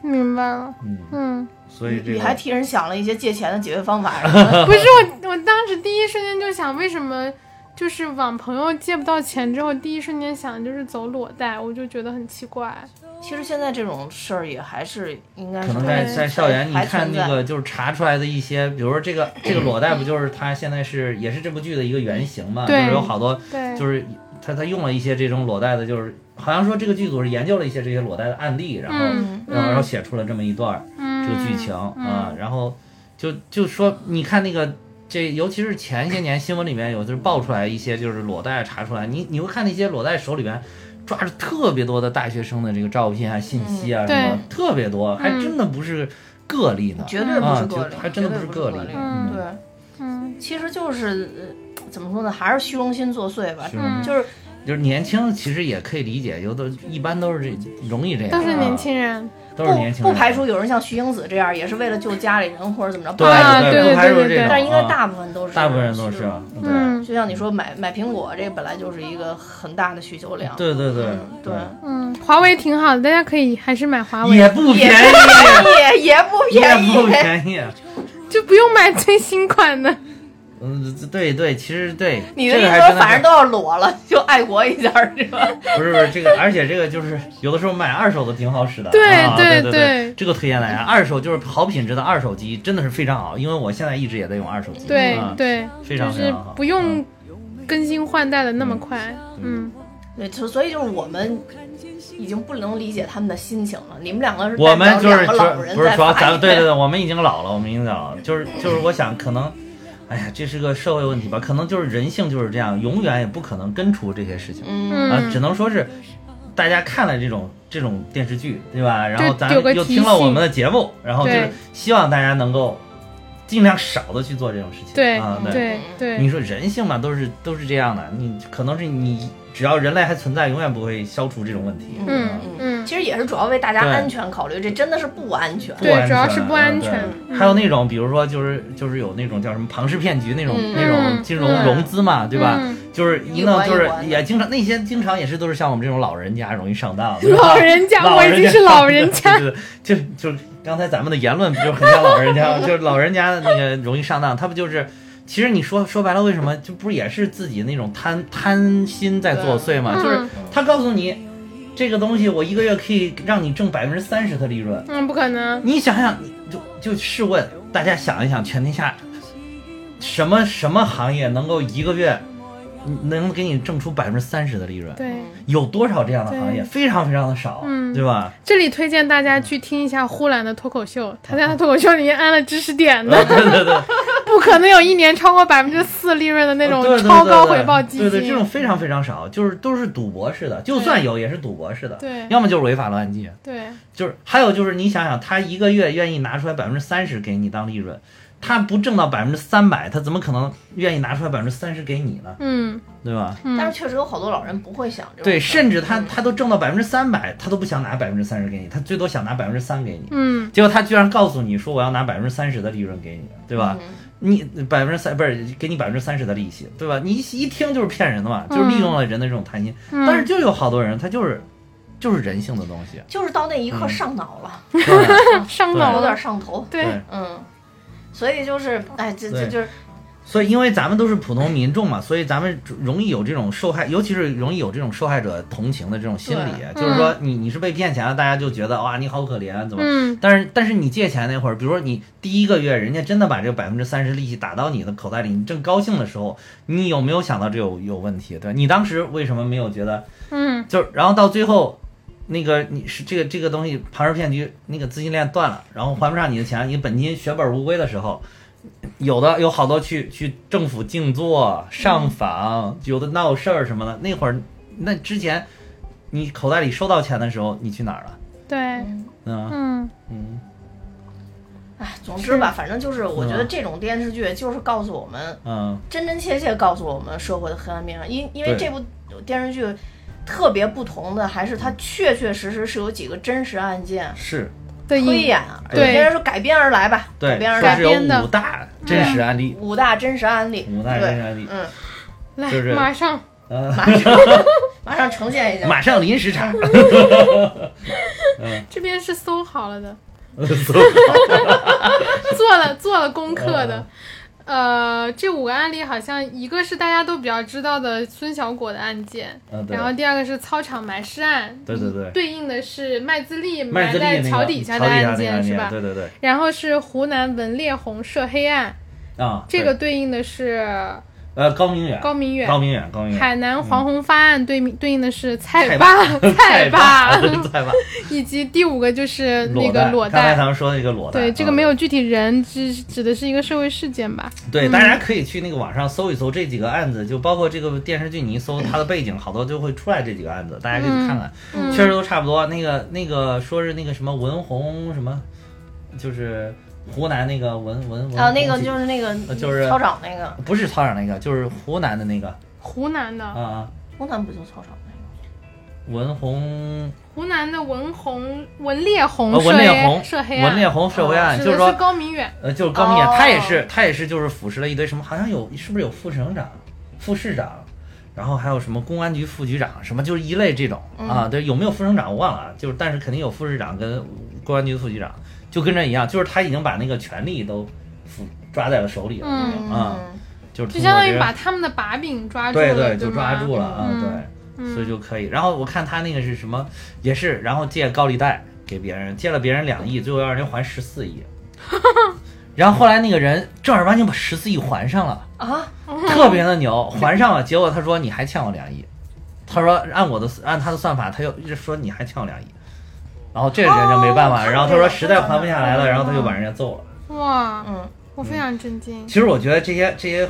明白了，嗯，嗯。所以这你个还替人想了一些借钱的解决方 [LAUGHS] 法，然后不是我，我当时第一瞬间就想，为什么就是往朋友借不到钱之后，第一瞬间想就是走裸贷，我就觉得很奇怪。其实现在这种事儿也还是应该是可能在对在校园，你还看存在那个就是查出来的一些，比如说 [CLEARS THROAT] 这个这个裸贷，不就是它现在是也是这部剧的一个原型嘛？就对是有好多对，就是他他用了一些这种裸贷的，就是好像说这个剧组是研究了一些这些裸贷的案例，然后、嗯然后然后嗯写出了这么一段儿这嗯个剧情啊、嗯然后就就说你看那个这，尤其是前些年新闻里面有就是爆出来一些就是裸贷查出来，你你会看那些裸贷手里边。抓着特别多的大学生的这个照片啊、信息啊嗯什么，对特别多，还嗯真的不是个例呢。绝对不是个啊例，还真的不绝是对不个例例，嗯对。嗯其实就是、呃、怎么说呢，还是虚荣心作祟吧是。嗯，就是就是年轻，其实也可以理解，有的一般都是这容易这样啊，啊都是年轻人，都是年不轻不人，啊排除有人像徐英子这样，也是为了救家里人或者怎么着，不对排除啊对对不排除对对这种啊，但是应该大部分都是，大部分人都是就啊，嗯就像你说买买苹果，这个本来就是一个很大的需求量。对对对嗯对，嗯，华为挺好的，大家可以还是买华对，为，也不也便宜，不便宜，也不 [LAUGHS] 也便不宜。便宜。啊就不用买最新 [LAUGHS] 款的。嗯，对对，其实对，你的意思这个还说真的反正是都要裸了，就爱国一下是吧？ [LAUGHS] 不是不是这个，而且这个就是有的时候买二手的挺好使的，对啊对对对这个推荐大家，二手就是好品质的二手机真的是非常好，因为我现在一直也在用二手机，对啊对，非就常非是常好，嗯不用更新换代的那么快。嗯， [LAUGHS] 对，就所以就是我们已经不能理解他们的心情了。你们两个是我们就是代表两主个老人不是在主要发咱们言对对对，我们已经老了，我们已经老了，就是就是我想可能，哎呀，这是个社会问题吧，可能就是人性就是这样，永远也不可能根除这些事情、嗯啊，只能说是大家看了这种这种电视剧，对吧？然后就咱有个又提听了我醒们的节目，然后就是对希望大家能够尽量少的去做这种事情，对啊，对。对对你，说人性嘛，都是都是这样的。你可能是你，只要人类还存在，永远不会消除这种问题。啊嗯嗯，其实也是主要为大家对安全考虑，这真的是不安全。对主要是不不安安全全嗯对还有那种，比如说就是就是有那种叫什么庞氏骗局那种嗯那种金融嗯融资嘛，对吧嗯？就是一一弄环就是一环的也经常那些经常也是都是像我们这种老人家容易上当。 [LAUGHS] 对吧老人家，老我已人经家。是老人 [LAUGHS] 家对对对就就刚才咱们的言论不就很像老人家吗？ [LAUGHS] 就是老人家那个容易上当，他不就是？其实你说说白了，为什么就不也是自己那种贪贪心在作祟嘛？嗯就是他告诉你，这个东西我一个月可以让你挣百分之三十的利润，嗯，不可能。你想想，你就就试问大家想一想，全天下什么什么行业能够一个月嗯能给你挣出百分之三十的利润？对，有多少这样的行业？对非常非常的少，嗯对吧？这里推荐大家去听一下呼兰的脱口秀，嗯他在他脱口秀里面安了知识点的， [LAUGHS] 对对对，不可能有一年超过百分之四利润的 [LAUGHS] 那种哦对对对超高回报基金。对对，这种非常非常少，就是都是赌博式的，就算有也是赌博式的，对要么就是违法乱纪，对就是还有就是你想想，他一个月愿意拿出来百分之三十给你当利润，他不挣到百分之三百，他怎么可能愿意拿出来百分之三十给你呢？嗯，对吧？但是确实有好多老人不会想这种事儿。对，甚至他他都挣到百分之三百，他都不想拿百分之三十给你，他最多想拿百分之三给你。嗯，结果他居然告诉你说我要拿百分之三十的利润给你，对吧？你百分之三不是给你百分之三十的利息，对吧？你一一听就是骗人的嘛，就是利用了人的这种贪心。但是就有好多人他就是就是人性的东西，就是到那一嗯刻上脑了，对吧上对脑有了点，上头。对对，嗯，所以就是，哎，这这对就是所以因为咱们都是普通民众嘛，所以咱们容易有这种受害，尤其是容易有这种受害者同情的这种心理，啊对就是说你你是被骗钱了，大家就觉得哇你好可怜啊怎么？嗯但是但是你借钱那会儿，比如说你第一个月人家真的把这百分之三十利息打到你的口袋里，你正高兴的时候，你有没有想到这有有问题？对吧你当时为什么没有觉得？嗯就然后到最后，那个你是这个这个东西庞氏骗局那个资金链断了，然后还不上你的钱，你本金血本无归的时候，有的有好多去去政府静坐上访，有的闹事儿什么的，那会儿那之前你口袋里收到钱的时候，你去哪儿了？对，嗯嗯嗯，哎，总之吧，反正就是，我觉得这种电视剧就是告诉我们，嗯，真真切切告诉我们社会的黑暗面。因因为对这部电视剧特别不同的，还是它确确实实是有几个真实案件是对，推演，啊对人家说改编而来吧，改对，编而说来是改编的有五大嗯真实案例，五大真实案例，五大真实对，案例，嗯，来就是马上呃，马上 [LAUGHS] 马上呈现一下，马上临时查，嗯这边是搜好了的，呃搜 [LAUGHS] 做了做了功课的。哦呃，这五个案例好像一个是大家都比较知道的孙小果的案件，嗯对然后第二个是操场埋尸案，对对对对应的是麦自立麦嗯埋子利在那个桥桥底底下下的那个案件是吧？对对对，然后是湖南文烈红涉黑案，啊，这对个对应的是呃，高明远，高明远。高明远，高明远，嗯海南黄宏发案对应对应的是蔡 [LAUGHS] 蔡爸，太爸，太吧， [LAUGHS] 以及第五个就是嗯那裸个贷，裸刚才贷咱。们说的那个裸贷，对，嗯这个没有具体人，只指的是一个社会事件吧？对，大家嗯可以去那个网上搜一搜这几个案子，就包括这个电视剧，你一搜它的背景，好多就会出来这几个案子，大家可以去看看，嗯确实都差不多。那个那个说是那个什么文红什么，就是湖南那个文文文啊，那个红旗就是那个呃就是操场那个，不是操场那个，就是湖南的那个湖南的，啊啊，湖南不就操场那个？文红湖南的文红文烈红呃涉文黑烈案红涉黑案，啊文烈红社会案，指就的是说是高明远，呃，就是高明远，哦他也是他也是就是腐蚀了一堆什么，好像有是不是有副省长、副市长，然后还有什么公安局副局长什么，就是一类这种、啊，对，有没有副省长我忘了，啊，就是但是肯定有副市长跟公安局副局长，就跟这一样，就是他已经把那个权力都腐抓在了手里了，嗯，啊，就是就通相过当这于个把他们的把柄抓住了，对对，嗯就抓住了。了啊，对，所以就可以。然后我看他那个是什么，也是然后借高利贷给别人，借了别人两亿，最后让人还十四 [LAUGHS] 亿。然后后来那个人正儿八经把十四亿还上了，啊，哦特别的牛，还上了。结果他说你还欠我两亿，他说按我的按他的算法，他又说你还欠我两亿。然后这个人就没办法，哦然后他说实在还不下来了，然后嗯他就把人家揍了。哇，嗯，我非常震惊。其实我觉得这些这些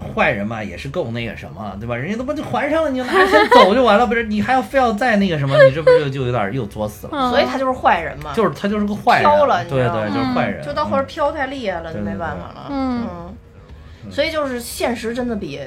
呃坏人嘛，也是够那个什么，对吧？人家他妈就还上了，你就拿着钱走就完了，不 [LAUGHS] 是？你还要非要再那个什么，你这不就就有点又作死了？嗯所以他就是坏人嘛，就是他就是个坏人飘了，你知对道吗嗯对，就是坏人。嗯就到后边飘太厉害了，就对对没办法了。嗯嗯所以就是现实真的比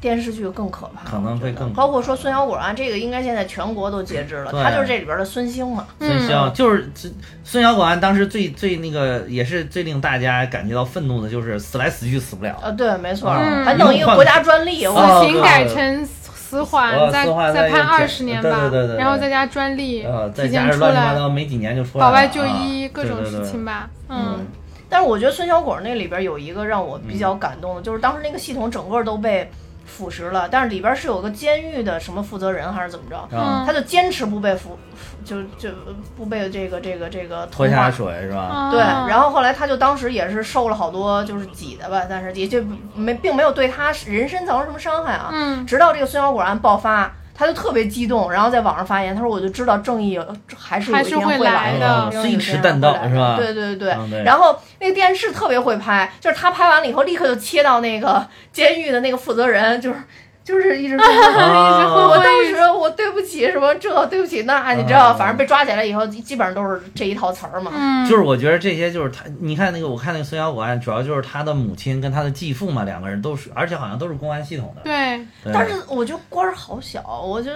电视剧更可怕，可能会更包括说孙小果案，这个应该现在全国都截肢了，对啊他就是这里边的孙兴嘛。嗯孙骁就是这孙小广案当时最最那个也是最令大家感觉到愤怒的，就是死来死去死不了。啊，对，没错，嗯还弄一个国家专利，我哦死刑改成死缓，哦再死缓再再判减二十年吧对对对对，对然后再加专利呃，，再提加前上出乱七八来，糟，没几年就出来保了。外就医啊各种事。对对情对吧。嗯，但是我觉得孙小果那里边有一个让我比较感嗯动的，就是当时那个系统整个都被腐蚀了，但是里边是有个监狱的什么负责人还是怎么着，啊，他就坚持不被腐，腐就就不被这个这个这个拖同化下水是吧？啊对，然后后来他就当时也是受了好多就是挤的吧，但是也就没并没有对他人身造成什么伤害啊。嗯直到这个孙小果案爆发，他就特别激动，然后在网上发言，他说我就知道正义还是有一天还是会来来的正义信有一天誓旦会旦来的是吧对对对嗯对然后那个电视特别会拍，就是他拍完了以后立刻就切到那个监狱的那个负责人，就是。就是一直 [LAUGHS] 说我 [LAUGHS] 啊，当时我对不起什么这对不起那，哎你知道，反正被抓起来以后，基本上都是这一套词儿嘛。嗯，就是我觉得这些就是他，你看那个我看那个孙小果案，主要就是他的母亲跟他的继父嘛，两个人都是，而且好像都是公安系统的。对，对但是我觉得官儿好小，我就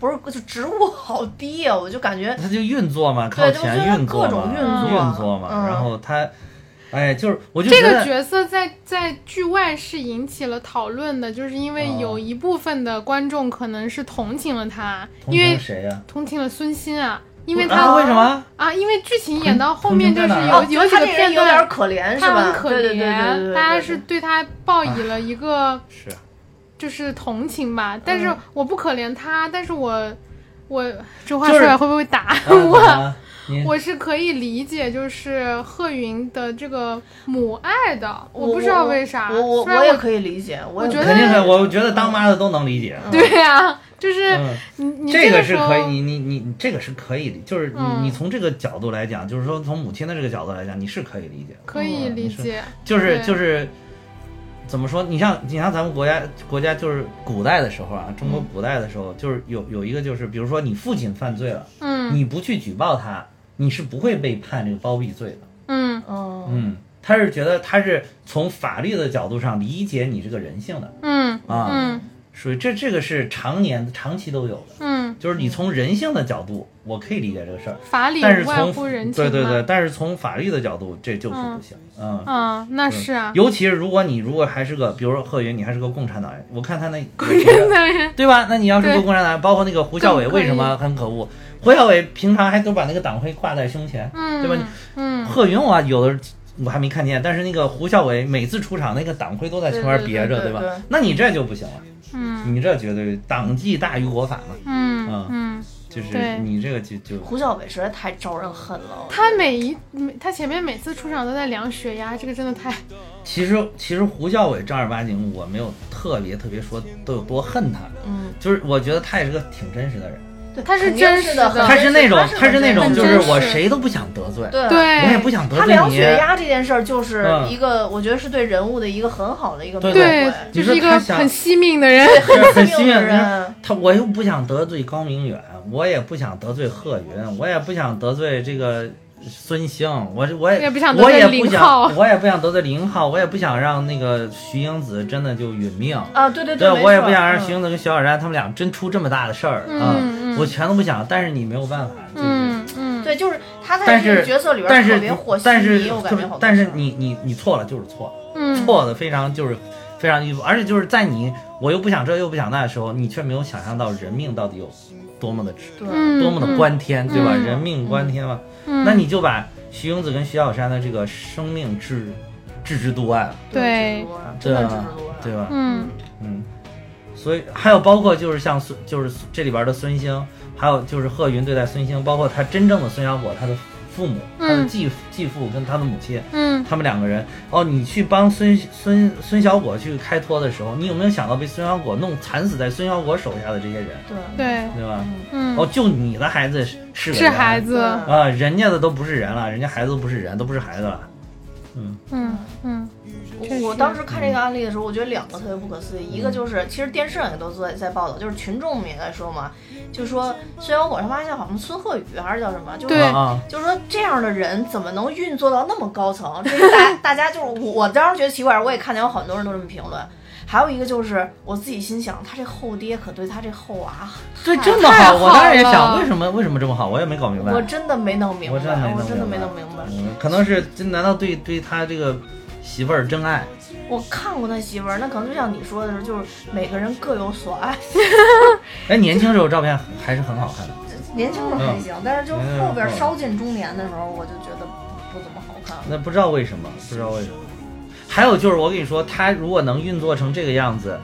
不是就职务好低啊呀、我就感觉他就运作嘛，靠对就钱是运作各种嘛，运运作嘛，嗯然后他，哎，就是我就这觉个得角色在在剧外是引起了讨论的，就是因为哦有一部分的观众可能是同情了他，同因情为谁呀？同情了孙欣啊，因为啊他为什 [LAUGHS] 么？啊，因为剧情演到后面就是同情在哪有儿哦有几他个这人片有点段，可怜是他吧？很可对对对对对怜，对，大家是对他抱以了一个是就是同情吧，但是我不可怜他，但是我我这话就说是来会不会打我我？你我是可以理解，就是贺云的这个母爱的，我不知道为啥，我我虽然我也可以理解，我我也觉可以得嗯肯定可以，我觉得当妈的都能理解。 [LAUGHS] 对呀、就是嗯，你你这个是时候可以，你你你你这个是可以理，就是你嗯你从这个角度来讲，就是说从母亲的这个角度来讲，你是可以理解的。可以嗯理你是解，就是对就是怎么说？你像你像咱们国家国家就是古代的时候啊，嗯中国古代的时候，就是有有一个就是，比如说你父亲犯罪了，嗯你不去举报他，你是不会被判这个包庇罪的。嗯嗯嗯，他是觉得他是从法律的角度上理解你这个人性的嗯啊，嗯属于这这个是常年长期都有的。嗯，就是你从人性的角度，我可以理解这个事儿，法理但是无外从乎人情对嘛，对对，但是从法律的角度，这就是不行，嗯。嗯，那是啊，尤其是如果你如果还是个，比如说贺云，你还是个共产党人，我看他那共对对吧？那你要是个对共产党人，包括那个胡孝伟，更可以为什么很可恶？胡孝伟平常还都把那个党徽挂在胸前， [LAUGHS] 嗯，对吧？嗯，贺云我还有的我还没看见，但是那个胡孝伟每次出场那个党徽都在前面别对着，对对对吧对？那你这就不行了，嗯你这绝对党纪大于国法嘛，嗯啊嗯嗯，就是对你这个就就胡小伟实在太招人恨了。他每一每他前面每次出场都在量血压，这个真的太其实其实胡孝伟正儿八经我没有特别特别说都有多恨他，嗯，就是我觉得他也是个挺真实的人，对，他是嗯肯定真是实的很他是那种是他是那种很就真是实我谁都不想得罪，对。对，呃我也不想得他罪量你血。压这件事儿就是嗯一个，我觉得是对人物的一个很好的一个描对绘对，，你就说是一他个想很惜命的人，是很幸幸运运的的人人，他我又不想得罪高明远，我也不想得罪贺云，我也不想得罪这个孙兴，我这我也也不想得我罪也林不浩想我也不想得罪林浩，我也不想让那个徐英子真的就殒命。啊，对对对，没我也错不想让嗯徐英子跟小小然他们俩真出这么大的事儿啊、嗯嗯我全都不想，但是你没有办法，就是嗯嗯，对，就是他在但这个是角色里边但特是别和稀但是泥，我感就觉是好多但事是儿你你你错了就是错，嗯错的非常就是非常迂腐，而且就是在你我又不想这又不想那的时候，你却没有想象到人命到底有多么的值，对嗯多么的关天，对吧？嗯人命关天嘛，嗯那你就把徐英子跟徐小山的这个生命置置之度外了，对真对对，的吧值多啊？对吧？嗯嗯，所以还有包括就是像孙，就是这里边的孙兴，还有就是贺云对待孙兴，包括他真正的孙小果，他的父母，他的嗯继父继父跟他的母亲，嗯他们两个人，哦，你去帮孙孙孙小果去开脱的时候，你有没有想到被孙小果弄惨死在孙小果手下的这些人，对对，对吧？嗯哦，就你的孩子是是个是人孩子，对啊、人家的都不是人了，人家孩子都不是人，都不是孩子了。嗯，嗯嗯确我我实当时看这个案例的时候，我觉得两个特别不可思议，嗯一个就是其实电视上也都在在报道，就是群众们也在说嘛，就说孙小果他妈叫好像孙鹤宇还是叫什么，就是对啊啊，就是说这样的人怎么能运作到那么高层？这是大 [LAUGHS] 大家就是我我当时觉得奇怪，我也看见有很多人都这么评论。还有一个就是我自己心想，他这后爹可对他这后啊娃，对，太这么太好，我当时也好想，了为什么为什么这么好，我也没搞明白。我真的没弄明白，我真的没弄我真的没明白弄明白。嗯，可能是这难道对对他这个媳妇儿真爱？我看过他媳妇儿，那可能就像你说的是，就是每个人各有所爱。哎，年轻时候照片还是很好看的。年轻时候还行，但是就是后边稍近中年的时候，我就觉得不怎么好看了。那不知道为什么，不知道为什么。还有就是，我跟你说，他如果能运作成这个样子，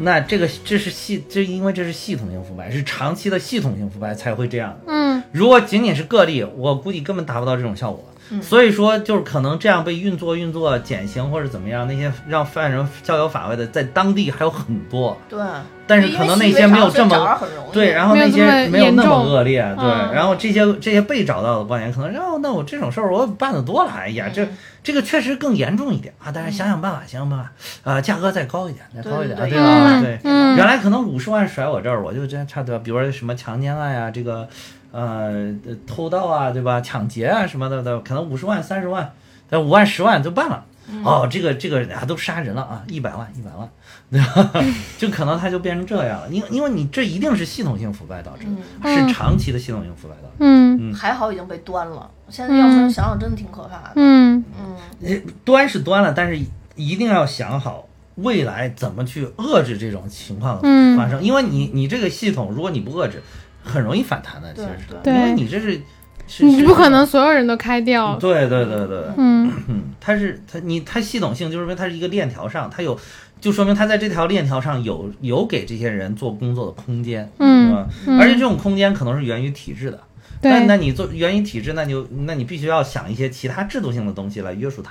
那这个这是系，这因为这是系统性腐败，是长期的系统性腐败才会这样。嗯如果仅仅是个例，我估计根本达不到这种效果。嗯所以说，就是可能这样被运作、运作减刑或者怎么样，那些让犯人逍遥法外的，在当地还有很多，对，但是可能那些没有这因为细微长所以找着么很容易对，然后那些没有没有这那么么严重恶劣，对，嗯然后这些这些被找到的官员可能，哦，那我这种事儿我办的多了，哎呀，嗯这这个确实更严重一点啊，但是想想办法，想想办法，呃，价格再高一点，再高一点，啊对对对对吧？嗯对，嗯原来可能五十万甩我这儿，我就真差点，比如说什么强奸案呀，这个呃偷盗啊，对吧？抢劫啊什么的的，可能五十万、三十万，但五万、十万就办了。嗯哦，这个这个啊都杀人了啊，一百万一百万， [LAUGHS] 对吧？就可能他就变成这样了，因因为你这一定是系统性腐败导致的，嗯是长期的系统性腐败导致的。嗯还好已经被端了。现在要不然嗯想想真的挺可怕的。嗯嗯呃端是端了，但是一定要想好未来怎么去遏制这种情况嗯发生，因为你你这个系统，如果你不遏制，很容易反弹的，其实是，对因为你这是是你是不可能所有人都开掉。对对对对，嗯嗯，它是它你它系统性，就是说它是一个链条上，它有，就说明它在这条链条上有有给这些人做工作的空间，嗯是吧？而且这种空间可能是源于体制的，对那那你做源于体制，那你就那你必须要想一些其他制度性的东西来约束它，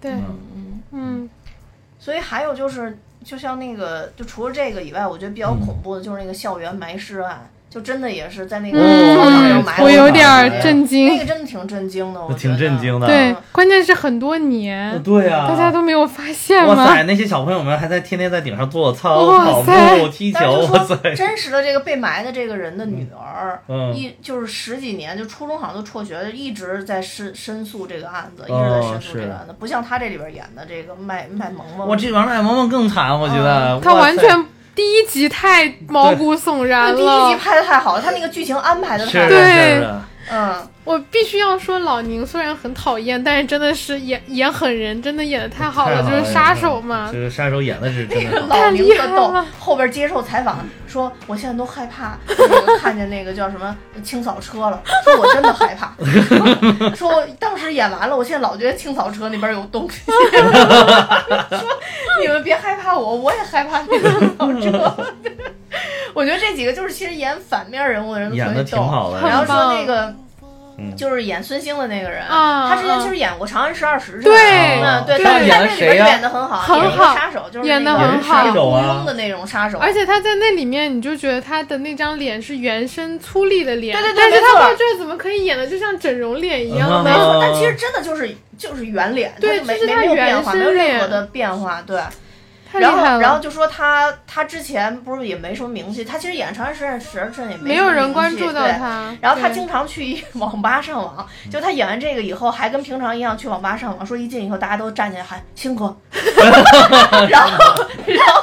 对，嗯所以还有就是，就像那个，就除了这个以外，我觉得比较恐怖的就是那个校园埋尸案，就真的也是在那个操场上嗯埋，嗯的我有点儿儿震那惊。个真的挺震惊的，我觉挺得震惊的， [LAUGHS] 对，关键是很多年，对啊，大家都没有发现哇吗塞，？那些小朋友们还在天天在顶上做操、哇跑塞步、踢但球，是就哇说塞，真实的这个被埋的这个人的女儿，嗯一就是十几年，就初中好像都辍学，一直在申申诉这个案子，一直哦在申诉这个案子，不像他这里边演的这个卖卖萌萌，我这玩意儿萌萌更惨，我觉得，嗯他哇完塞全第一集太毛骨悚然那第一了集。拍的太好了，他那个剧情安排的是太是好，了，对是嗯，我必须要说，老宁虽然很讨厌，但是真的是演演狠人，真的演的太好了，太就是杀手嘛就。是杀手演的是真的好，老宁特太厉逗害了，后边接受采访说，我现在都害怕，我看见那个叫什么清扫车了，说我真的 [LAUGHS] 害怕，说我当时演完了，我现在老觉得清扫车那边有东西， [LAUGHS] 说你们别害怕我，我也害怕那个清扫车。嗯 [LAUGHS] 我觉得这几个就是其实演反面人物的人都演特的别挺逗，好的，然后很棒说那个嗯。就是演孙兴的那个人，啊他之前啊其实演过《长安十二时辰》，对嗯，对，这但是哦演在的这里边谁呀啊演的很好，很演一个好杀手就是演那得个很好杀杀手雇啊佣的那种杀手，而且他在那里面，你就觉得他的那张脸是原生粗粝的脸，对对对但是没错他到这儿怎么可以演的就像整容脸一样没呢？错，嗯但其实真的就是就是圆脸，对它就没就是没它没有变化，没原有生任何脸的变化，对。太厉然后害了！然后就说他他之前不是也没什么名气，他其实演《长安十二时辰》也没什有么人名关气注到对他，然后他对经常去网吧上网，嗯就他演完这个以后，还跟平常一样去网吧上网，说一进以后大家都站起来喊星哥， [LAUGHS] 然后然后然后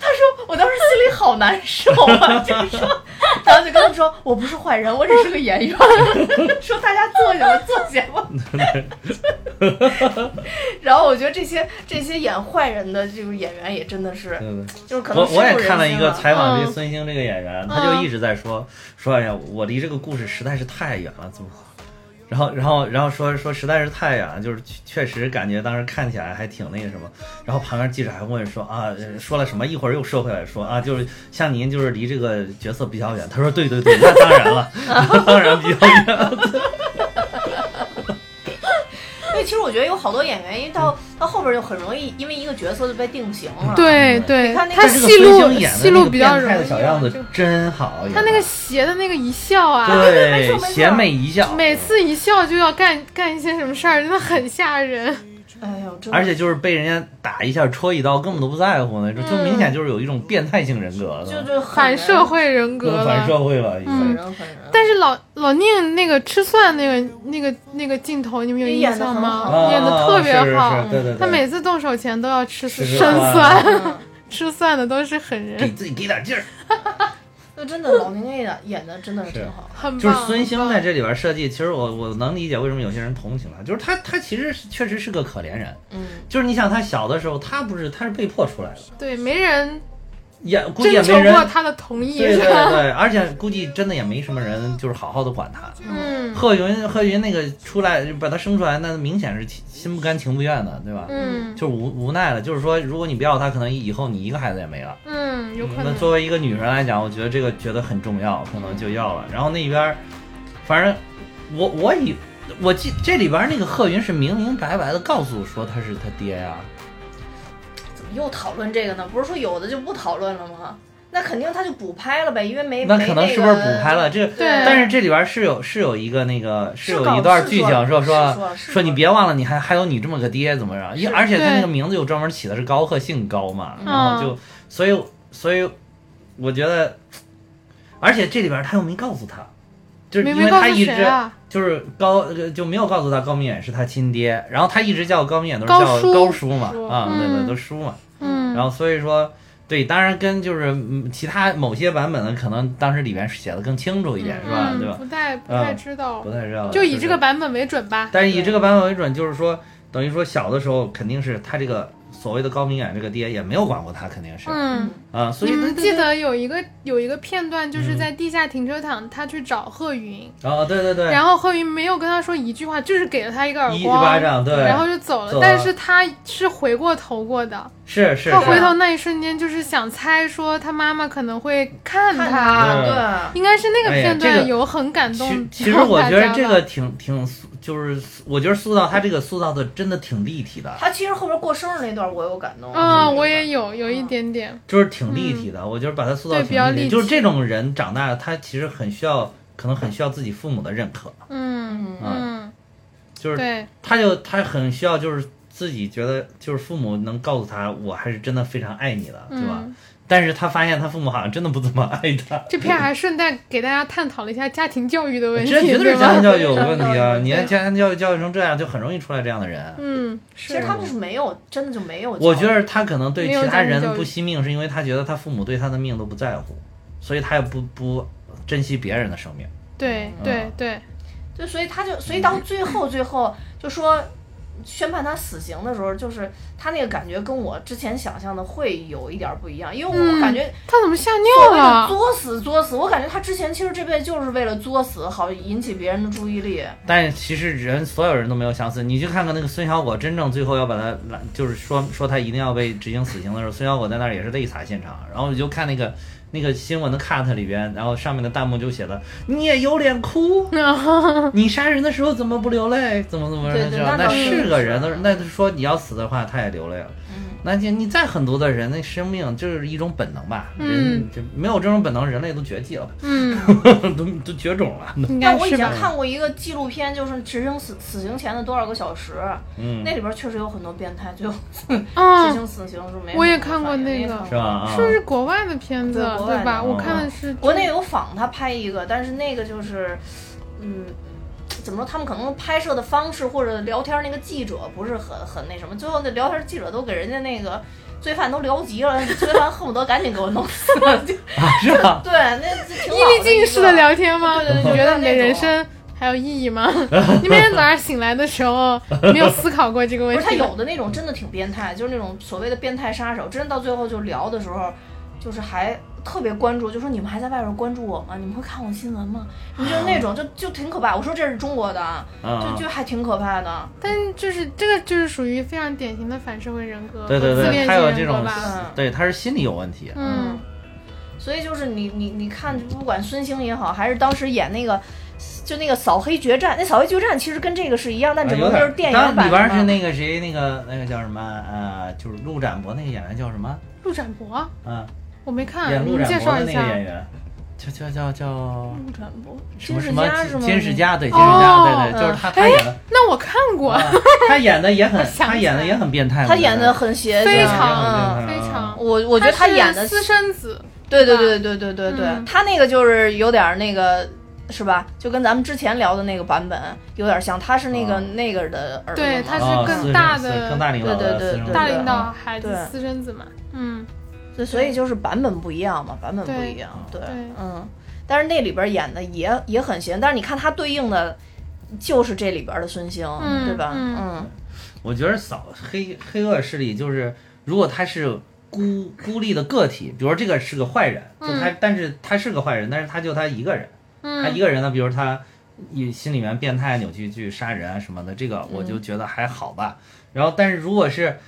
他说我当时心里好难受啊，就是说，然后就跟他说我不是坏人，我只是个演员， [LAUGHS] 说大家坐下吧，坐下 [LAUGHS] 吧。然后我觉得这些这些演坏人的这个演员也真的是，哎对对就是可能我我也深入人看了一心啊个采访，这嗯孙兴这个演员，他就一直在说说，哎呀，我离这个故事实在是太远了，怎么？然后，然后，然后说说实在是太远了，就是确确实感觉当时看起来还挺那个什么。然后旁边记者还问说啊，呃说了什么？一会儿又说回来说啊，就是像您就是离这个角色比较远。他说对对对，那当然 [LAUGHS] 了，那当然比较远。因为其实我觉得有好多演员，因为到到后边就很容易因为一个角色就被定型了。嗯对嗯你对看那，个他这个戏孙路兴演的戏那路个比较变态容的易，小样子就真好演的，他那个斜的那个一笑啊，没错对没错邪魅一笑，每次一笑就要干干一些什么事儿，真的很吓人。哎呦，真的而且就是被人家打一下、戳一刀，根本都不在乎嗯那种，就明显就是有一种变态性人格，就嗯就反社会人格就是了，嗯反社会吧，很已经。人很人。但是老老宁那个吃蒜那个那个那个镜头，你们有印象吗？啊演的特别是好，是是对对对，他每次动手前都要吃吃生蒜蒜， [LAUGHS] 嗯，吃蒜的都是狠给人，自己给点劲儿。那真的老宁那演演的真的是挺好。很棒。就是孙兴在很棒这里边设计，其实我我能理解为什么有些人同情他，就是他他其实是确实是个可怜人，嗯，就是你想他小的时候，他不是他是被迫出来的，对，没人也估计也征没求过人。他的同意，对对是吧？对，而且估计真的也没什么人就是好好的管他。嗯贺云贺云那个出来把他生出来，那明显是心不甘情不愿的，对吧？嗯就是无无奈了，就是说，如果你不要他，可能以后你一个孩子也没了。嗯，有可那能。作为一个女人来讲，我觉得这个觉得很重要，可能就要了。然后那边儿，反正我我以我记这里边那个贺云是明明白白的告诉说他是他爹呀、怎么又讨论这个呢？不是说有的就不讨论了吗？那肯定他就补拍了呗，因为没那可能是不是补拍了？？这对但是这里边是有是有一个那个是有搞一段是剧说情说是说说是说你说别忘了，你还还有你这么个爹怎么着？因是而且他那对个名字又专门起的是高贺姓高嘛，然后嗯就所以所以我觉得，而且这里边他又没告诉他，就是明因明为告他诉一谁直啊？就是高呃就没有告诉他高明远是他亲爹，然后他一直叫高明远都是高叫叔高叔嘛叔啊，对对，嗯都叔嘛。嗯，然后所以说，对，当然跟就是嗯其他某些版本的可能当时里面写的更清楚一点，是吧？嗯对吧？不太不太嗯知道不，太知道，哦就以这个是，版本为准吧。但是以这个版本为准，就是说，等于说小的时候肯定是他这个所谓的高明远这个爹也没有管过他，肯定是嗯，啊，所以嗯你们记得得有一个有一个片段，就是在地下停车场，他去找贺云，啊，对对对，然后贺云没有跟他说一句话，就是给了他一个耳一光，巴掌对然后就走了。走了但是他是回过头过的，是是啊他回是，头那一瞬间就是想猜说他妈妈可能会看看他，嗯对，应该是那个哎呀片这段个有很感动其其实我觉得大家这吧个挺挺塑，就是塑我觉得塑造他这个塑造的真的挺立体的，他其实后边过生日那段我有感动，嗯，我也有有一点点，就是挺立体的，我觉得把他塑造嗯对比较挺立体，立就是体这种人长大，他其实很需要，可能很需要自己父母的认可，嗯嗯，就是对，他就他很需要就是自己觉得就是父母能告诉他，我还是真的非常爱你的，对吧？嗯但是他发现他父母好像真的不怎么爱他，这片还顺带给大家探讨了一下家庭教育的问题，这绝对对是吧？家庭教育有问题啊！对你看家庭教育教育成这样，就很容易出来这样的人。嗯，其实他们是没有，真的就没有教育。我觉得他可能对没有其他家庭人教育不惜命，是因为他觉得他父母对他的命都不在乎，所以他也不不珍惜别人的生命。对嗯对对，就所以他就所以到最后最后就说宣判他死刑的时候，就是他那个感觉跟我之前想象的会有一点不一样，因为我嗯感觉他怎么吓所尿谓的了？作死作死，我感觉他之前其实这辈子就是为了作死好引起别人的注意力。但是其实人所有人都没有想死，你去看看那个孙小果，真正最后要把他拦，就是说说他一定要被执行死刑的时候，孙小果在那儿也是泪洒现场。然后我就看那个 [LAUGHS] 那个新闻的 cut 里边，然后上面的弹幕就写的“你也有脸哭，你杀人的时候怎么不流泪？怎么怎么着？”对对那那倒是是个人的，那说你要死的话，他也流泪了。嗯那你你再狠毒的人，那生命就是一种本能吧，人嗯就没有这种本能，人类都绝迹了吧，嗯， [LAUGHS] 都都绝种了。应但该我以是前吧？看过一个纪录片，就是执行死死刑前的多少个小时，嗯，那里边确实有很多变态，最后执嗯，行死刑是没。我也看过那那个是吧？？啊是不是国外的片子对国外的吧？嗯我看的是国内有仿他拍一个，但是那个就是，嗯，怎么说？他们可能拍摄的方式或者聊天那个记者不是很很那什么，最后那聊天记者都给人家那个罪犯都聊急了， [LAUGHS] 罪犯恨不得赶紧给我弄死。就啊，是吧？ [LAUGHS] 对，那挺伊丽静式的聊天吗？对对你对觉得你那的种人生还有意 [LAUGHS] 义吗？你每天早上醒来的时候没有思考过这个不问是题？他有的那种真的挺变态，就是那种所谓的变态杀手，真的到最后就聊的时候，就是还特别关注，就说你们还在外边关注我吗？你们会看我新闻吗？你们就是那种就就挺可怕。我说这是中国的啊，啊就就还挺可怕的。但就是这个就是属于非常典型的反社会人格，对对和自对，恋他型有人这格种吧？吧，对，他是心理有问题。嗯，所以就是你你你看，不管孙兴也好，还是当时演那个就那个扫黑决战，那扫黑决战其实跟这个是一样，但啊只不有过点儿就是电影当版然里边儿是的嘛那个谁，那个那个叫什么？呃，就是陆展博那个演员叫什么？陆展博啊，我没看，演你陆们介展博绍的一那个下演。员，叫叫叫叫陆展博什么金什世么佳是吗？金世佳，对金世佳，对哦对，就是他，嗯他演的，那我看过，嗯啊他演的也很，想他起演的来也很变态嘛，他演的对啊很邪非性常嗯非常我我觉得他演的是私生子，对对吧对对对对对，嗯他那个就是有点儿那个。是吧？就跟咱们之前聊的那个版本有点像，他是那个、哦那个的儿子对嘛他是啊更私生大私的更大领导啊的对对私生对子大对领导孩子对私生子嘛，嗯，对，所以就是版本不一样嘛，版本不一样，对，对嗯，但是那里边演的也也很闲，但是你看他对应的就是这里边的孙兴，嗯对吧？嗯嗯，我觉得扫黑黑恶势力就是，如果他是孤孤立的个体，比如说这个是个坏人，就他，但是他是个坏人，但是他就他一个人，嗯他一个人呢，比如他一心里面变态扭曲去杀人啊什么的，这个我就觉得还好吧。然后，但是如果是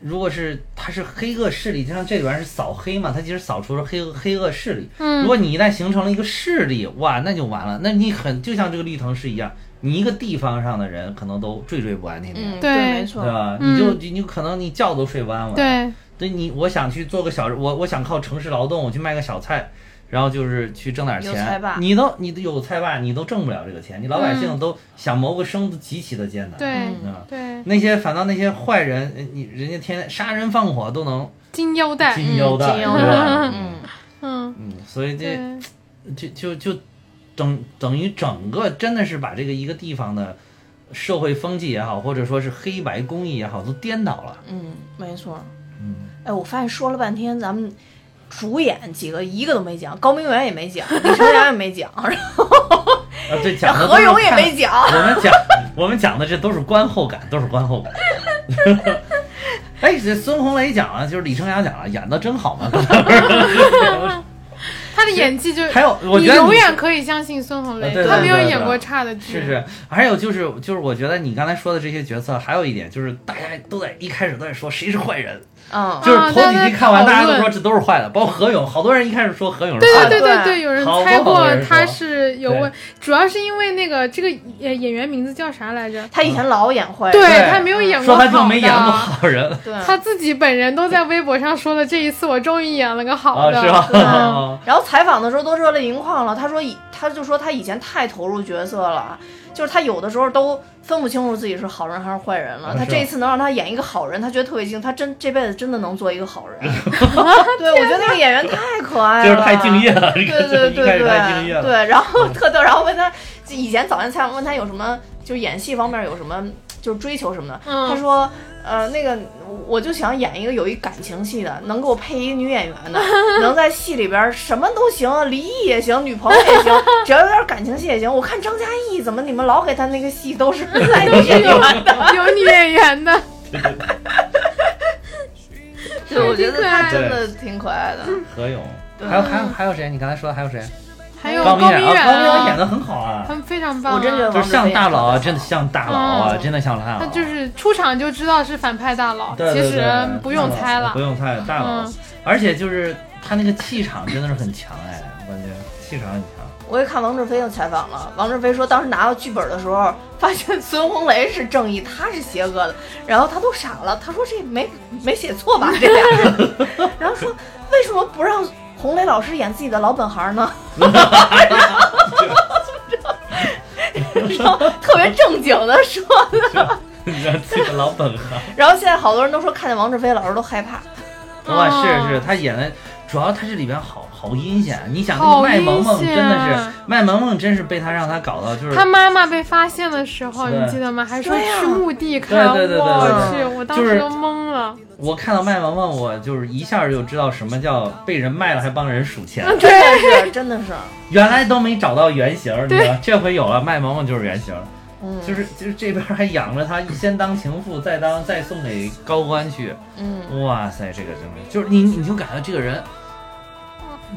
如果是他是黑恶势力，就像这里边是扫黑嘛，他其实扫除了黑黑恶嗯势力。如果你一旦形成了一个势力，哇，那就完了，那你很就像这个绿藤是一样，你一个地方上的人可能都惴惴不安，天天、嗯，对没错对，吧？嗯你就你你可能你觉都睡不安稳，对，对你，我想去做个小，我我想靠城市劳动，我去卖个小菜，然后就是去挣点有菜钱吧。你都你都有菜吧，你都挣不了这个钱，你老百姓都想谋个生都极其的艰难。嗯对，嗯对，那些反倒那些坏人，呃你人家天天杀人放火都能金腰带，金腰带，金对腰吧？ [LAUGHS] 嗯，嗯，嗯，所以对这，就就就等等于整个真的是把这个一个地方的社会风气也好，或者说是黑白工艺也好，都颠倒了。嗯，没错。嗯，哎，我发现说了半天，咱们主演几个一个都没讲，高明源也没讲，李成阳也没 [LAUGHS] 讲，然啊，对，讲后的何都是勇也看 [LAUGHS] 没讲。我们讲我们讲的这都是观后感，都是观后感。哎，这孙红雷讲了，就是李成阳讲了，演的真好嘛。 [LAUGHS] 他的演技就，还有，我你觉得永你远可以相信孙红雷呃对，对他没有对对演过对差的剧，是是，还有就是就是，我觉得你刚才说的这些角色，还有一点就是，大家都在一开始都在说谁是坏人，嗯，就是头啊大几家在集看完，讨大家都论说这都是坏的，包括何勇，好多人一开始说何勇是对坏的，对对对对，有人好猜多好过多人他说是有对问，主要是因为那个这个演演员名字叫啥来着？他以前老演坏人，对他没有演过说好半的，天没演过好人对，他自己本人都在微博上说了，这一次我终于演了个好啊，的，是吧？对哦然后采访的时候都热泪盈眶了，他说以他就说他以前太投入角色了，就是他有的时候都分不清楚自己是好人还是坏人了。啊他是这一次能让他演一个好人，他觉得特别惊，他真这辈子真的能做一 [LAUGHS] 个好人。对，我觉得那个演员太可爱 [LAUGHS] [LAUGHS] 就了，是太敬业。了，这个对对一开对始太敬业了。对嗯对，然后特逗，然后问他就以前早年采访问他有什么，就是演戏方面有什么，就是追求什么的，嗯他说，呃，那个我就想演一个有一感情戏的，能给我配一女演员 [LAUGHS] 的，能在戏里边什么都行，离异也行，女朋友也行，只要有点感情戏也行。我看张嘉译怎么你们老给他那个戏 [LAUGHS] 都是在都女是演有员的， [LAUGHS] 有女演员的， [LAUGHS] 对，我觉得他挺可爱真的的挺可爱的。何勇，对还有还有还有谁？你刚才说的还有谁？还有高高明远啊，高明远演啊，的很好啊他，们非常棒、啊，我真觉得就是像大佬啊，真的像大佬啊，嗯真的像大佬。他就是出场就知道是反派大佬，对对其对实不用猜大佬了不。用猜了，大佬嗯。而且就是他那个气场真的是很强哎，我感觉气场很强。 [LAUGHS] 我也看王志飞的采访了，王志飞说当时拿到剧本的时候，发现孙红雷是正义，他是邪恶的，然后他都傻了，他说这没没写错吧这俩人， [LAUGHS] 然后说为什么不让红雷老师演自己的老本行呢？嗯然后特别正经的说，你知道自己的老本行。然后现在好多人都说看见王志飞老师都害怕，哇，哦是是，他演的，主要他这里边好好阴险。啊你想那个麦萌萌好阴真险的是，麦萌萌真是被他让他搞到就是他。妈妈被发现的时候，对你记得吗？还说对呀去墓地看，对对对对我对去，我当就时是都懵了。我看到麦萌萌，我就是一下就知道什么叫被人卖了还帮人数钱， [LAUGHS] 真的是真的是，原来都没找到原型儿，你知对道，这回有了，麦萌萌就是原型儿。嗯就是就是这边还养着他，先当情妇，再当再送给高官去。嗯，哇塞，这个真的就是你，你就感觉这个人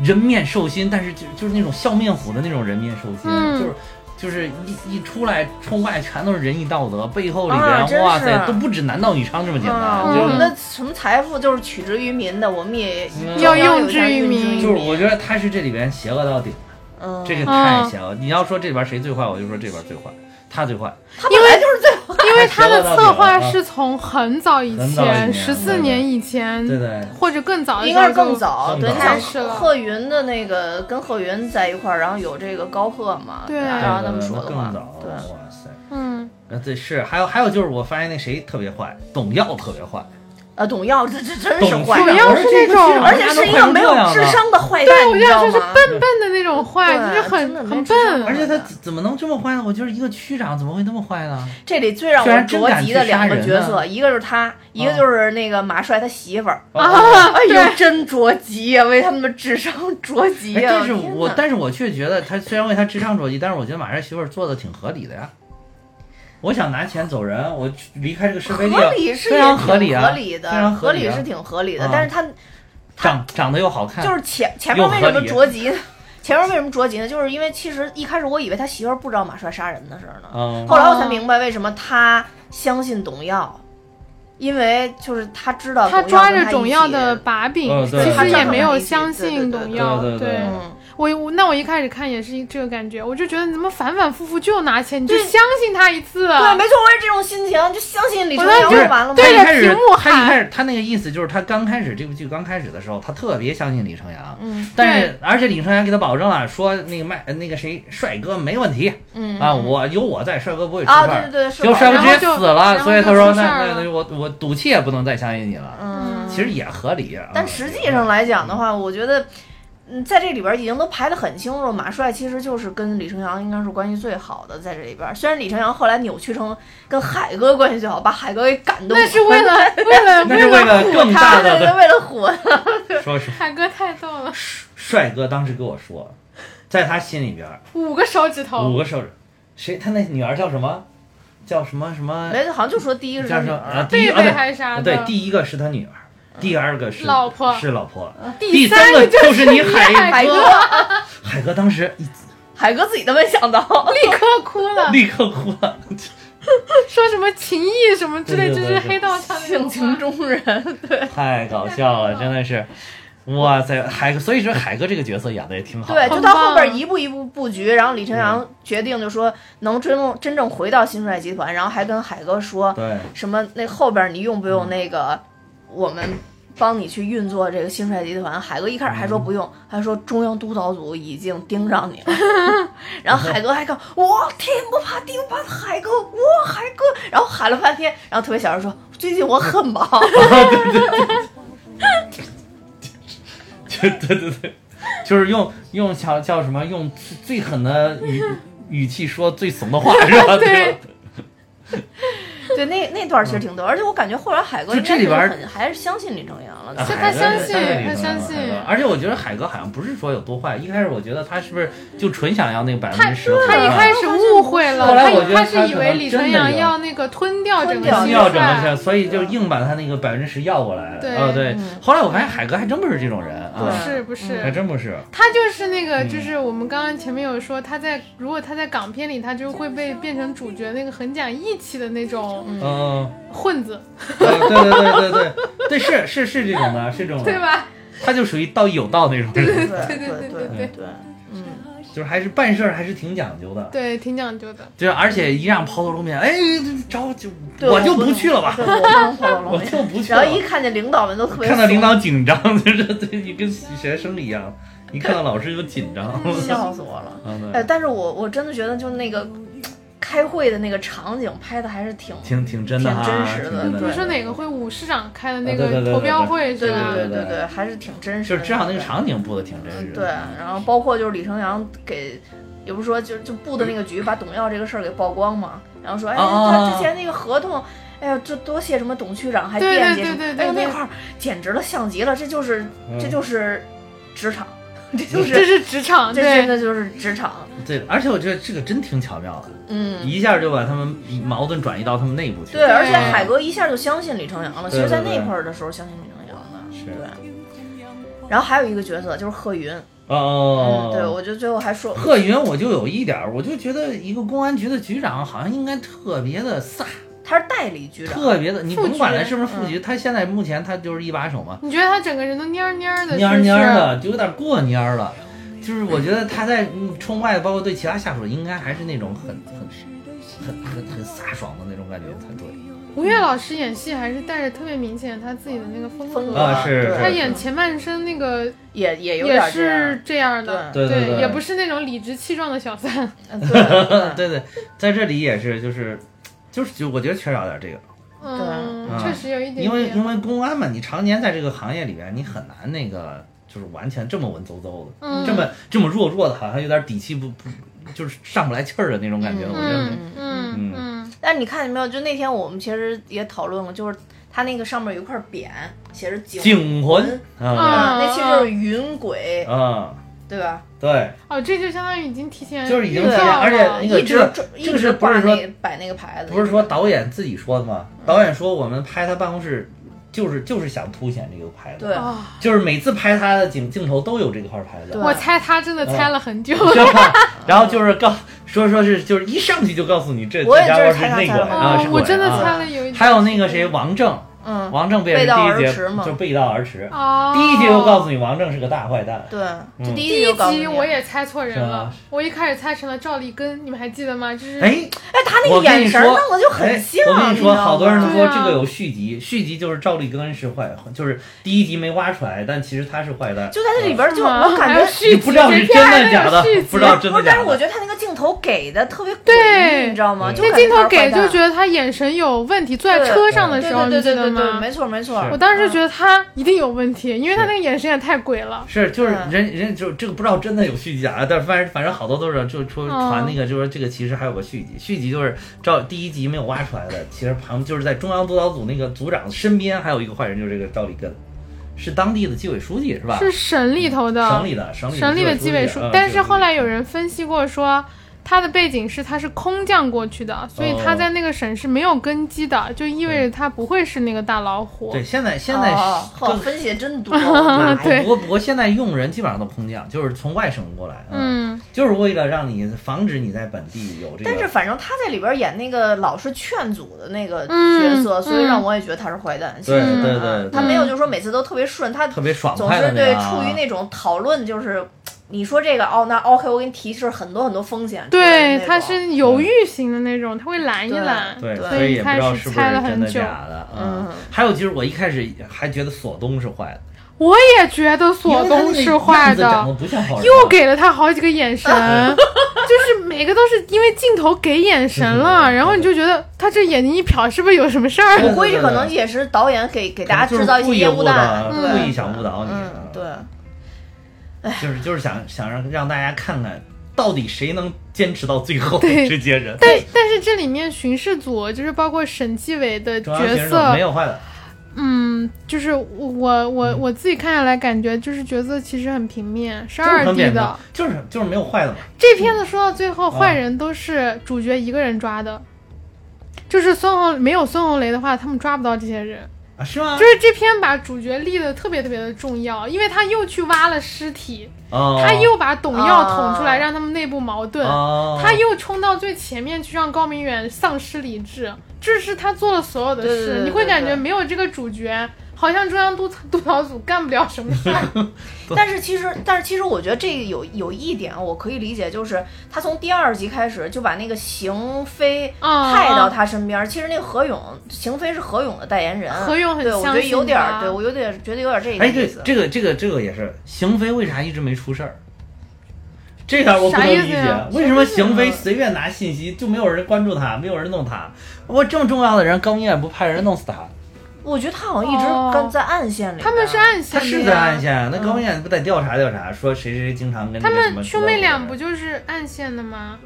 人面兽心，但是就就是那种笑面虎的那种人面兽心，嗯就是就是一一出来冲外全都是仁义道德，背后里边、啊真是哇塞都不止男盗女娼这么简单，啊，就是我们的什么财富就是取之于民的，我们也嗯要要用用之于民民，就是我觉得他是这里边邪恶到顶，嗯，这个太邪恶。你要说这边谁最坏，我就说这边最坏，他最坏。他本来就是最因为他的策划是从很早以很早以前，前十四年以嗯前，对对，或者更早一应点，该是更。早，更对，早你想更是了贺云的那个跟贺云在一块儿，然后有这个高贺嘛，对然后他们说的话更早，，对，哇塞。嗯，呃，对，是，还有还有就是，我发现那谁特别坏，董耀特别坏，呃，董耀这这真是董坏董人，耀是那种而且是一个没有智，商的坏蛋对，，我你就知道想说是吗？笨笨的那种坏，对就是真的很没很智商笨。而且他怎怎么能这么坏呢？我觉得一个区长怎么会那么坏呢？这里最让居我然真着敢急去的两个杀人啊嗯角呢色，一个就是他，一个就是那个马帅他媳妇儿。啊，哎呦，对真着急呀、为他们的智商着急哎呀、但是天我哪但是我却觉得他虽然为他智商着急，但是我觉得马帅媳妇儿做的挺合理的呀。我想拿钱走人，我去离开这个是非地，合理是非也常挺合理啊，合理的，非常合理啊是挺合理的，啊但是他长长得又好看，就是前前面又为什么合理着急呢？ [LAUGHS] 前面为什么着急呢？就是因为其实一开始我以为他媳妇儿不知道马帅杀人的事儿呢，嗯，后来我才明白为什么他相信董耀，因为就是他知道他董耀抓跟着他董一耀起嗯的把柄呃，对其实也没有对相对对信对董耀。对对对嗯，我我那我一开始看也是这个感觉，我就觉得你怎么反反复复就拿钱，你就相信他一次啊？对，没错，我也是这种心情，就相信李成我阳不就是完了吗？他对一着开始屏幕他一喊开始他那个意思就是他刚开始这部剧刚开始的时候，他特别相信李成阳，嗯，但是而且李成阳给他保证了，说那个麦呃那个谁帅哥没问题，嗯啊，我有我在，帅哥不会出事啊，对对儿。对，是结果吧帅哥直接然后就死了，所以他然说后就出事儿那了那那我我赌气也不能再相信你了。嗯，其实也合理啊，但实际上来讲的话，我觉得，嗯，在这里边已经都排得很清楚了。马帅其实就是跟李成阳应该是关系最好的，在这里边。虽然李成阳后来扭曲成跟海哥关系最好，把海哥给感动了，那是为了为了那是为了更大他的对为了火，说是海哥太逗了，帅哥当时跟我说，在他心里边儿五个手指头哦五，个手指，谁他那女儿叫什么？叫什么什么？没好像就说第一个是他叫女什么？啊儿，第一贝啊贝对还是啥的，对，第一个是他女儿，第二个是老婆是老婆，第三个个就是你海海海哥哥，海哥当时一海哥自己都没想到， [LAUGHS] 立刻哭了，立刻哭了，说什么情谊什么之类，对就对对是对黑道上那性种情话。中人，太搞笑了，真的是，哇塞，海哥，所以说海哥这个角色演的也挺好，对，就很到棒啊后边一步一步布局，然后李成阳嗯决定就说能真正真正回到新帅集团，然后还跟海哥说，对什么那后边你用不嗯用那个我们帮你去运作这个新帅集团？海哥一开始还说嗯不用，还说中央督导组已经盯上 [LAUGHS] 你了。然后海哥还告我天不怕地不怕的海哥，我海哥，然后喊了半天，然后特别小声说最近我很 [LAUGHS] 忙。对对对对，就是用用叫叫什么用最最狠的语语气说最怂的话是吧？对吧对，那那段其实挺逗，而且我感觉后来海哥就应该嗯这里边是很还是相信李正阳了。啊是他海哥相信当然有他相信海哥而且我觉得海哥好像不是说有多坏，一开始我觉得他是不是就纯想要那个百分之十？他一开始误会了，啊后来我他觉得他他是以为李晨可能阳真的有要那个吞掉整个吞蟋掉啊要整个蟀下，所以就硬把他那个百分之十要过来了。嗯对哦对嗯，后来我发现海哥还真不是这种人不啊，是不是，还真不是。嗯他就是那个，就是我们刚刚前面有说，他在如果他在港片里，他就会被变成主角那个很讲义气的那种嗯，呃混子，嗯对对对对对对，是是是这种的，是这种对的，吧？他就属于道义有道那种对人，对对对对对对，嗯，就是还是办事儿还是挺讲究的。对，挺讲究的。就是而且一让抛头露面，哎，找就对就不去了吧，对我不能跑到龙我门就不去然了后。一看见领导们都特别看到领怂导紧张， [LAUGHS] 就是对你跟学生一样，一看到老师就紧张。笑死我了。嗯，哎，对，但是我我真的觉得，就那个开会的那个场景拍的还是挺挺挺真的哈，挺真实的挺真对的。你说哪个会？武市长开的那啊对个对对投标会对是吧？对对对对，还是挺真实就的。是至少那个场景布的挺真实嗯的。啊对，然后包括就是李成阳给，也不是说就就布的那个局把董耀这个事儿给曝光嘛，然后说哎哦哦他哦之前那个合同。哎呀，这多谢什么董区长还对对惦记什么，对对对哎呦对那块儿简直了，像极了，这就是这嗯就是职场， [LAUGHS] 这就这是是职场，这对，真的就是职场，嗯对，而且我觉得这个真挺巧妙的，嗯，一下就把他们矛盾转移到他们内部去对，了。而且海哥一下就相信李成阳了，其对实，在对对那块儿的时候相信李成阳的，是对。然后还有一个角色就是贺云，哦嗯，，对我觉得最后还说，贺云，我就有一点儿，我就觉得一个公安局的局长好像应该特别的飒，他是代理啊局长，嗯特别的，你副甭管局他是不是副局，他现在目前他就是一把手嘛，你觉得他整个人都蔫儿蔫儿的，蔫儿是不蔫是儿的，就有点过蔫儿了。就是我觉得他在嗯冲外，包括对其他下属，应该还是那种很很很很很飒爽的那种感觉才对。吴越老师演戏还是带着特别明显他自己的那个风风格格。啊是对是他演前半生那个也也有也点这样是这样的，对对对对也不是那种理直气壮的小三，嗯对对对对，在这里也是，就是就是就我觉得缺少点这个，嗯，啊确实有一点因为点，因为公安嘛，你常年在这个行业里边，你很难那个就是完全这么文绉绉的，嗯，这么这么弱弱的，好像有点底气不不，就是上不来气儿的那种感觉。我觉得没嗯嗯嗯，但你看见没有？就那天我们其实也讨论过，就是它那个上面有一块匾，写着“景”，警魂嗯啊啊，那其实就是云轨，啊，对吧？对，哦，这就相当于已经提前就是已经预提告前，了啊而且那个一直这个转一这个直是不挂是说那摆那个牌子，不是说导演自己说的吗？导演说我们拍他办公室，就是就是想凸显这个牌子，对啊，就是每次拍他的景镜头都有这块牌子，对我猜他啊真的猜了很久，是吧？ [LAUGHS] 然后就是告说说是就是一上去就告诉你这我也这家就伙是猜他内猜鬼了啊，是鬼我真的啊猜了有一点，还有那个谁，王正，嗯，王正被人背道而第一驰节嘛就背道而驰，哦，第一节就告诉你王正是个大坏蛋，对，就嗯第第一集一就告诉你集我也猜错人是吗啊了，我一开始猜成了赵立根，你们还记得吗？就是哎，哎，他那我个跟你眼神儿说，弄的就很哎像，我跟你说，知道好多人都吗说对啊这个有续集，续集就是赵立根是坏，就是第一集没挖出来，但其实他是坏蛋。就在这里边儿是就吗我感啊还有觉。续你集，不知道谁是编真的的这个假的续集不知道真不的是，但假是我的。觉得他那个镜头给的特别诡对异，你知道吗？嗯就那感觉镜头他是坏给就蛋觉得他眼神有问题，坐在车上的对时候，对对对对你记得对，吗？没错没错。哦是我当时觉得得他一定有问题，因为他是那个眼神也太鬼了。是，就是嗯人人就这个不知道真的有续集假的，但是反正反正好多都是就说哦传那个，就是这个其实还有个续集，续集就是赵第一集没有挖出来的，其实旁就是在中央督导组那个组长身边还有一个坏人，就是这个赵立根，是当地的纪委书记是吧？是省里头的，省里的省里省里的纪委书书记，，嗯但纪是委书后记来有人分析过说，他的背景是他是空降过去的，所以他哦在那个省是没有根基的，就意味着他不会是那个大老虎。对现在现在哦，更呵，分析的 [LAUGHS] 真多。对，哦对不过不过现在用人基本上都空降，就是从外省过来，，啊嗯，就是为了让你防止你在本地有这个。但是反正他在里边演那个老是劝阻的那个角嗯色，所以让嗯我也觉得他是坏蛋。其对实对啊对对他没有就是说每次都特别顺，他特别爽总快是的对样啊处于那种讨论，就是你说这个哦，那 OK，我给你提示很多很多风险出来对，的那种。他是犹豫型的那种，他会拦一拦。对，对所以也不知道一开始是不猜了是真很的久假的。嗯还有就是我一开始还觉得锁东是坏的，我也觉得因锁为他那东个是坏样子长的得，不像好人。啊又给了他好几个眼神， [LAUGHS] 就是每个都是因为镜头给眼神了，对对对然后你就觉得他这眼睛一瞟，是不是有什么事儿？我估计可能也是导演给给大家制造一些烟雾弹，可能对就是故意误导故意想误导你啊嗯，对，就是就是想想让让大家看看到底谁能坚持到最后，对这些人。但但是这里面巡视组就是包括省纪委的中央学角生没色，有坏嗯的，嗯，就是我我我自己看下来感觉就是角色其实很平面，是二就是很 D 扁的平。，就是就是没有坏的嘛。这片子说到最后，嗯坏人都是主角一个人抓的，就是孙红没有孙红雷的话，他们抓不到这些人。啊，是吗？就是这篇把主角立的特别特别的重要，因为他又去挖了尸体，哦他又把董耀捅出来，哦让他们内部矛盾，哦他又冲到最前面去让高明远丧失理智，这是他做了所有的对对事，对对你会感对觉没有这个主角，好像中央督督导 [LAUGHS] 组干不了什么 [LAUGHS] 事儿。但是其实，但是其实，我觉得这个有有一点我可以理解，就是他从第二集开始就把那个邢飞啊派到他身边。其实那个何勇，邢飞是何勇的代言人，何勇很对我觉得相信有点儿，他对我有点儿觉得有点儿这个哎，意对思，。这个这个这个也是，邢飞为啥一直没出事儿？这点我不能啥意思理解呀，为什么邢啥飞意思随便拿信息就没有人关注他，没有人弄他？我这么重要的人，高明远不派人弄死他？我觉得他好像一直哦跟在暗线里边儿。他们是暗他线的呀，嗯是在暗线，那高明远不得调查调查，说谁谁谁经常跟他这个什么们兄妹俩知道不的人就是暗线的吗？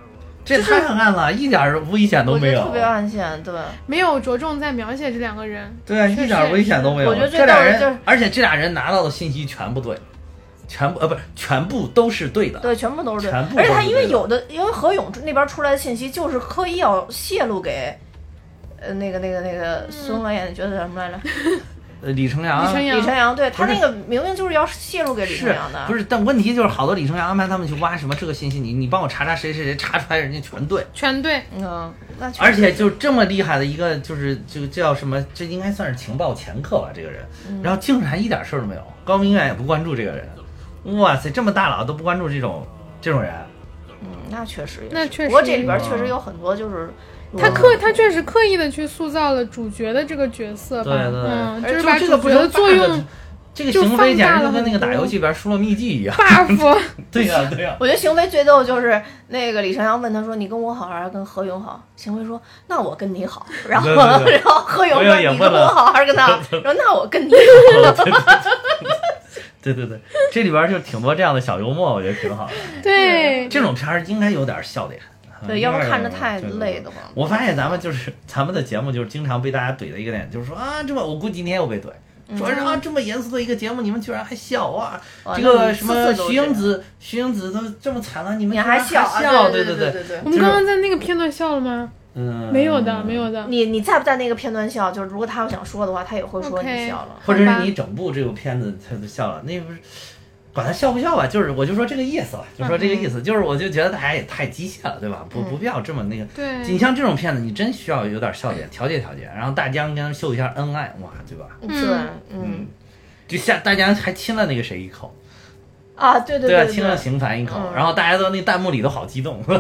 这太暗了，一点儿危险都我觉没得有啊特，别暗线，对，没有着重在描写这两个人，对啊，确实一点儿危险都没有。我觉得这这俩倒是就是人，而且这俩人拿到的信息全不对，全部呃不是全部都是对的，对，全部都是对。全部而且都他是因为对的有的，因为何勇那边出来的信息就是刻意要泄露给，呃，那个那个那个孙红雷演的角色叫什么来着？呃李成阳啊，李成阳李晨阳，对他不是那个明明就是要泄露给李晨是阳的，不是？但问题就是，好多李成阳安排他们去挖什么这个信息，你你帮我查查谁谁谁，查出来人家全对，全对，嗯，那确实而且就这么厉害的一个，就是这个叫什么？这应该算是情报掮客吧，这个人，嗯然后竟然一点事儿都没有，高明远也不关注这个人，哇塞，这么大佬都不关注这种这种人，嗯，那确实也是那确实不过这里边嗯确实有很多就是啊他刻他确实刻意的去塑造了主角的这个角色吧，对对嗯，而就且是把这主个角的作用。这个就邢飞放简大直就了跟那个很打多游戏里边输了秘籍一样。 [LAUGHS] buff，对呀、对 [LAUGHS] 呀、我觉得邢飞最逗就是那个李晨阳问他说：“你跟我好还是跟何勇好？”邢飞说：“那我跟你好。”然后对对对然后何勇何勇问：“也你问跟了我好还是跟 [LAUGHS] 他好？”然后那我跟你好。对对对，这里边就挺多这样的小幽默，我觉得挺好的。对，这种片儿应该有点笑点。 [LAUGHS] 对，嗯要不应该看有着点太对对累对得慌。我发现咱们就是咱们的节目，就是经常被大家怼的一个点，就是说啊，这么我估计今天又被怼，说啊这么严肃的一个节目，你们居然还笑啊！嗯哇这那个你什次次么都徐这样英子，徐英子都这么惨了，你们你居然还笑啊？笑？对对对对，对我。们刚刚在那个片段笑了吗？嗯，没有的，没有的。你你在不在那个片段笑？就是如果他要想说的话，他也会说你 OK 笑了。或者好是吧你整部这部片子他都笑了，那不是管他笑不笑吧，就是我就说这个意思了，就说这嗯个意思，就是我就觉得大家也太机械了，对吧？不不必要这么那个。对你像这种片子，你真需要有点笑点，调节调节，然后大江跟他秀一下恩爱，哇，对吧？对，嗯就像大江还亲了那个谁一口，啊，对对啊，对亲了对，邢凡一口，嗯然后大家都那弹幕里都好激动， [LAUGHS]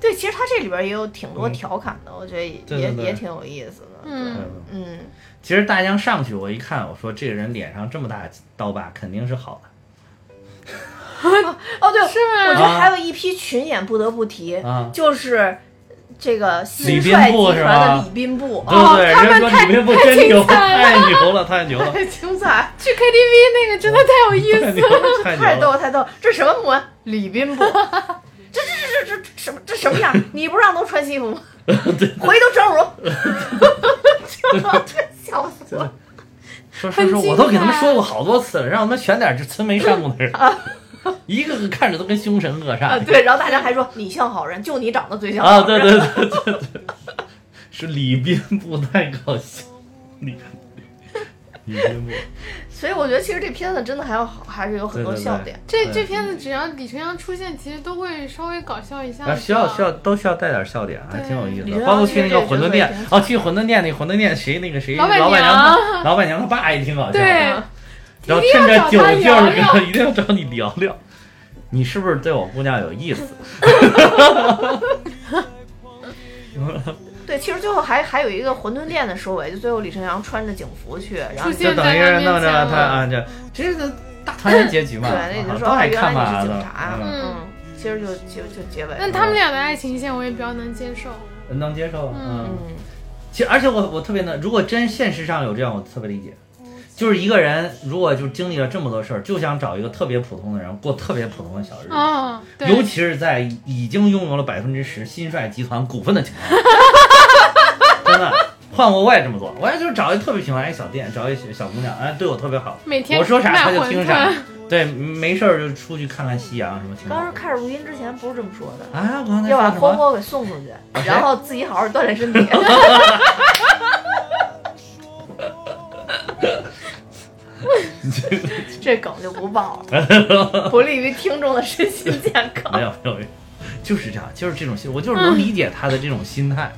对，其实他这里边也有挺多嗯调侃的，我觉得也对对对也挺有意思的。嗯对，嗯，其实大江上去，我一看，我说这个人脸上这么大刀疤，肯定是好 [LAUGHS] 哦对，是吗我觉得啊还有一批群演不得不提，啊就是这个李新斌帅集部是团吧的李斌部的，，对不啊对？哦他人家们说太你们不真牛，太太牛了，太牛了，太精彩，去 KTV 那个真的太有意太思牛了。了，太太牛逗了！了太逗了，这什么魔？李 [LAUGHS] 斌部。这这这这这什么这什么样？你不让都穿西服 [LAUGHS] 吗？回头整容， [LAUGHS] [LAUGHS] 笑死我！说说说，我都给他们说过好多次了，让他们选点这慈眉善目的人，一个个看着都跟凶神恶啊，煞对，然后大家还说你像好人，就你长得最像啊！好对人。对对对 [LAUGHS] 对，是李斌不太搞笑，你看李斌不所以我觉得其实这片子真的还有好，还是有很多对对对笑点。这对这片子只要李晨阳出现，其实都会稍微搞笑一下。啊，需要需要都需要带点笑点，还挺有意思对的。包括去那个馄饨店李元，哦，去馄饨店那馄饨店谁那个谁老板老板娘娘，老板娘她爸也挺搞笑的。对啊，然后一定趁着要找酒他劲儿聊聊哥，一定要找你聊聊，你是不是对我姑娘有意思？对，其实最后还还有一个馄饨店的收尾，就最后李晨阳穿着警服去，然后出就现就等于是弄着他啊，这这是大团圆结局嘛，对，那你就说都哦爱原看来嘛你是都警察，嗯嗯，其实就就就结尾了。但他们俩的爱情线我也比较能接受。能接受，嗯嗯。嗯，其实，而且我我特别能，如果真现实上有这样，我特别理解。就是一个人如果就经历了这么多事儿，就想找一个特别普通的人过特别普通的小日子。嗯，对，尤其是在已经拥有了百分之十新帅集团股份的情况下， [LAUGHS] 真的换我我也这么做，我也就是找一特别喜欢一小店，找一小姑娘，哎，对我特别好，每天我说啥卖她就馄听啥饨，对，没事儿就出去看看夕阳什么挺好当时的。开始录音之前不是这么说的，啊，我刚才要把说什波么？啊波给送出去， [LAUGHS] 然后自己好好锻 [LAUGHS] 炼身体。 [LAUGHS] 这梗就不爆了，不利于听众的身心健没 [LAUGHS] 康。有没有，没有就是这样，就是这种心，我就是能理解他的这种心态，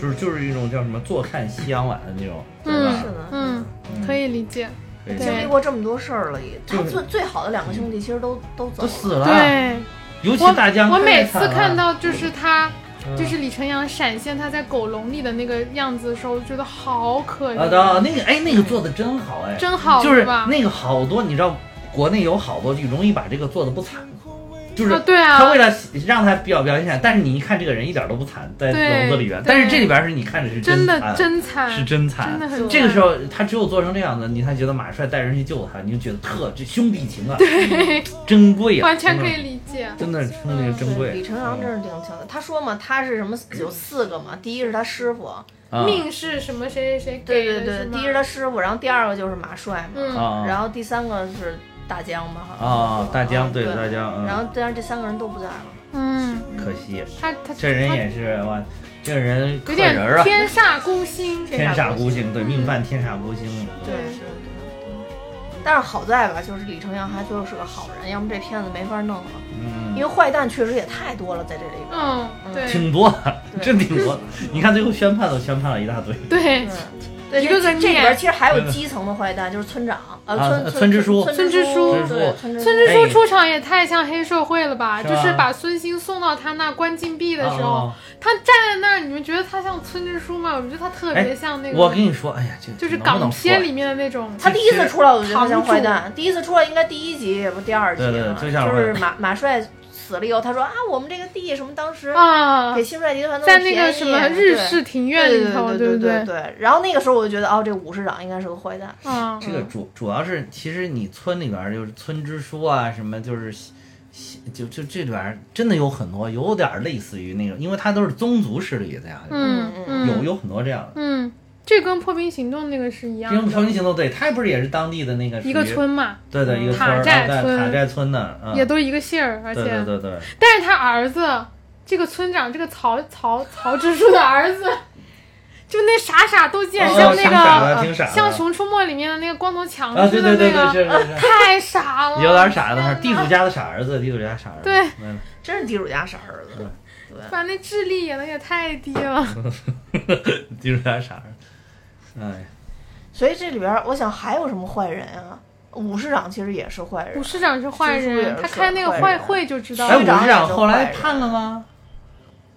就是就是一种叫什么坐看夕阳晚的那种，对吧嗯是的嗯，可以理解。可以对经历过这么多事儿了，也他就是最最好的两个兄弟其实都都都走了，死了，对，尤其我嗯大江我太每惨次了看到就是他，嗯就是李晨阳闪现他在狗笼里的那个样子的时候，我觉得好可啊，当怜，那个哎，那个做的真好哎，真好，就是吧？那个好多，你知道，国内有好多就容易把这个做的不惨，就是啊，对啊，他为了让他表表现起来，但是你一看这个人一点都不惨，在对笼子里边对，但是这里边是你看着是真的惨真惨，是真惨，真的很惨这个时候嗯他只有做成这样子，你才觉得马帅带人去救他，你就觉得特这兄弟情啊，珍贵啊，完全真可的以理解。真的真的珍对，贵李。晨阳真是挺强的。他说嘛，他是什么有四个嘛，第一是他师傅，啊命是什么谁谁谁对给的对对，是吗第一是他师傅，然后第二个就是马帅嘛，嗯啊然后第三个是大江吧，好像啊，大江对对大江，然嗯，后但是这三个人都不在了，嗯，可惜他他这人也是哇，这人可他有人儿点啊，天煞孤星，嗯天煞孤星，对，命犯天煞孤星。对对但是好在吧，就是李承阳还就是个好人，要么这片子没法弄了，嗯，因为坏蛋确实也太多了在这里边。嗯，对挺多的，对真挺多的。你看最后宣判都宣判了一大堆，对嗯，对，一个这个这里边面其实还有基层的坏蛋，就是村长，呃，嗯啊村村支书村村支支书对，村支村支书出场也太像黑社会了吧？哎是就吧是把孙兴送到他那关禁闭的时候啊，他站在那儿，你们觉得他像村支书吗？我觉得他特别像那个，我跟你说，哎呀，这就是能不能港片说里面的那种，他第一次出来，我就觉得他像坏蛋。第一次出来应该第一集，也不第二集啊，对对对就像是马马帅死了以后，他说啊，我们这个地什么当时啊给，新帅集团弄在得那便个宜什么日对式庭院对里对头，对不对？然后那个时候我就觉得，哦，这武市长应该是个坏蛋。啊，这个主主要是，其实你村里边儿就是村支书啊，什么就是西，西就就这里边儿真的有很多有点儿类似于那种，因为它都是宗族势力这样，嗯嗯，有有很多这样的。嗯，这跟破冰行动那个是一样因为的，朝鲜行动队，他不是也是当地的那个一个属于，村嘛，对对，一个村塔儿，寨啊村对塔寨村的，嗯，也都一个姓儿，而对对且，对对，但是他儿子，这个村长，这个曹曹曹支书的儿子， [LAUGHS] 就那傻傻都见，哦像那挺傻个的，挺傻的，像《熊出没》里面的那个光头强啊，似对的对那对对，个，是是是，太傻了，有点傻的，天地哪主家的傻儿子，地主家傻儿子，对嗯，真是地主家傻儿子。把那智力演的也太低了。地主家傻儿子，哎，所以这里边儿，我想还有什么坏人啊？武市长其实也是坏人武，市长是坏蜘蛛也人，是他开那个坏坏人会就知道哎，哎武我市了。长后来判了吗？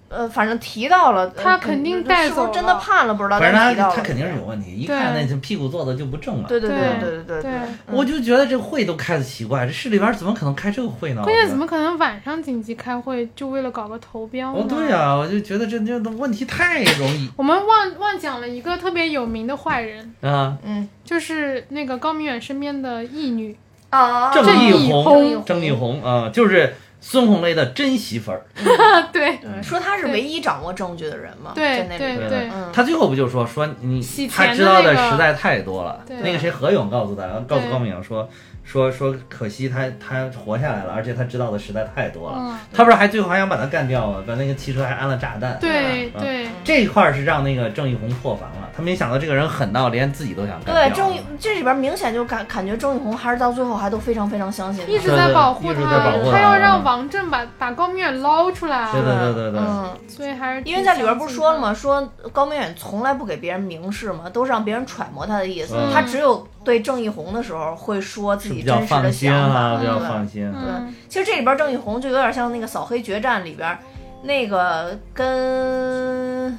呃，反正提到了，呃他肯定带是不是走真的了判了不知道，反正但他提到了他肯定是有问题，一看那屁股坐的就不正了。对对对对对对对嗯对，我就觉得这会都开的奇怪，这市里边怎么可能开这个会呢？关键怎么可能晚上紧急开会就为了搞个投标呢？哦，对呀、我就觉得这这都问题太容易我们忘忘讲了一个特别有名的坏人，啊！嗯就是那个高明远身边的义女啊郑义义宏郑丽红啊，就是孙红雷的真媳妇儿。哦啊，对说他是对唯一掌握证据的人嘛，对在那里对边对嗯他最后不就说说你洗钱他的知道的那个实在太多了。对那个谁何勇告诉他，告诉对高明说说说可惜他他活下来了，而且他知道的实在太多了。嗯他不是还最后还想把他干掉吗？把那个汽车还安了炸弹。对啊嗯对，这一块儿是让那个郑义红破防了，他没想到这个人狠到连自己都想干掉对郑义这里边明显就感感觉郑义红还是到最后还都非常非常相信他，一直对在对保护一直在保护他他要让王震把把高明远捞出来，对对对对对嗯，所以还是因为在里边不是说了吗？吗？说高明远从来不给别人明示嘛，都是让别人揣摩他的意思。嗯他只有对郑义红的时候会说自是己比较真实放的心想法。啊，比较对放心。嗯，其实这里边郑义红就有点像那个《扫黑决战》里边那个跟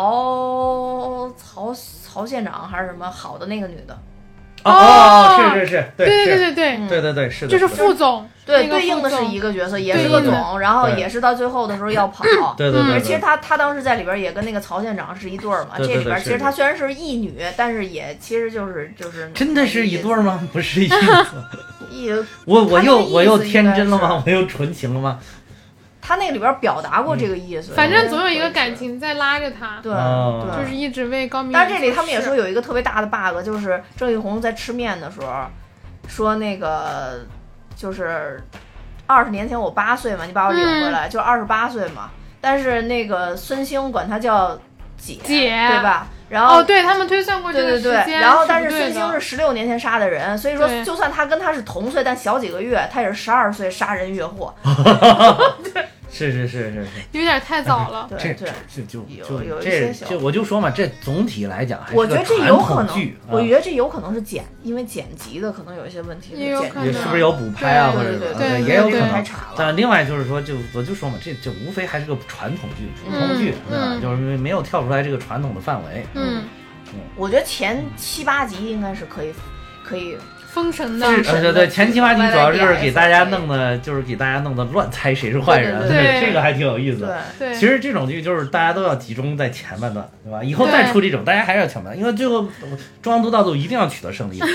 曹曹曹县长还是什么好的那个女的，哦哦是是是，对对对是对对嗯对对对，是的，就的是副总，对那个对应的副是总一个角色，也对是个应的总，然后对也是到最后的时候要跑。 [CLEARS THROAT] 对对嗯对对，其实他他当时在里边也跟那个曹县长是一对儿嘛，对对这里边对其实是他虽然是义女，但是也其实就是就是真的是一对儿 [LAUGHS] 吗？不是一对儿，义，我我又他那个意思我又天真了应该吗是？我又纯情了吗？他那里边表达过这个意嗯思，反正总有一个感情在拉着他，对哦对，就是一直为高明远做但事。是这里他们也说有一个特别大的 bug，就是郑义红在吃面的时候说那个就是二十年前我八岁嘛，你把我领回嗯来、就二十八岁嘛。但是那个孙兴管他叫姐，姐对吧？然后、哦，对他们推算过这个对对时对间，然后但是是不孙对兴的是十六年前杀的人，所以说对就算他跟他是同岁，但小几个月，他也是十二岁杀人越货。哦是是是是是，有点太早了。这对对，这就有就有一这些小就我就说嘛，这总体来讲还是我觉个得这传有可统能剧，啊我觉得这有可能是剪，因为剪辑的可能有一些问题，也有剪可也能是不是有补拍啊，啊对或者对什么对的对也有可对能太差了。但另外就是说，就我就说嘛，这这无非还是个传统剧、普通剧，嗯啊嗯就是没没有跳出来这个传统的范围。嗯，我觉得前七八集应该是可以，可以，封神的，是呃，对对，前七八集主要就是给大家弄的，就是给大家弄的乱猜谁是坏人，对对对 [LAUGHS] 对这个还挺有意思对的。对，其实这种剧就是大家都要集中在前半段，对吧？以后对再出这种，大家还是要前半段，因为最后呃中央都道路一定要取得胜利。对，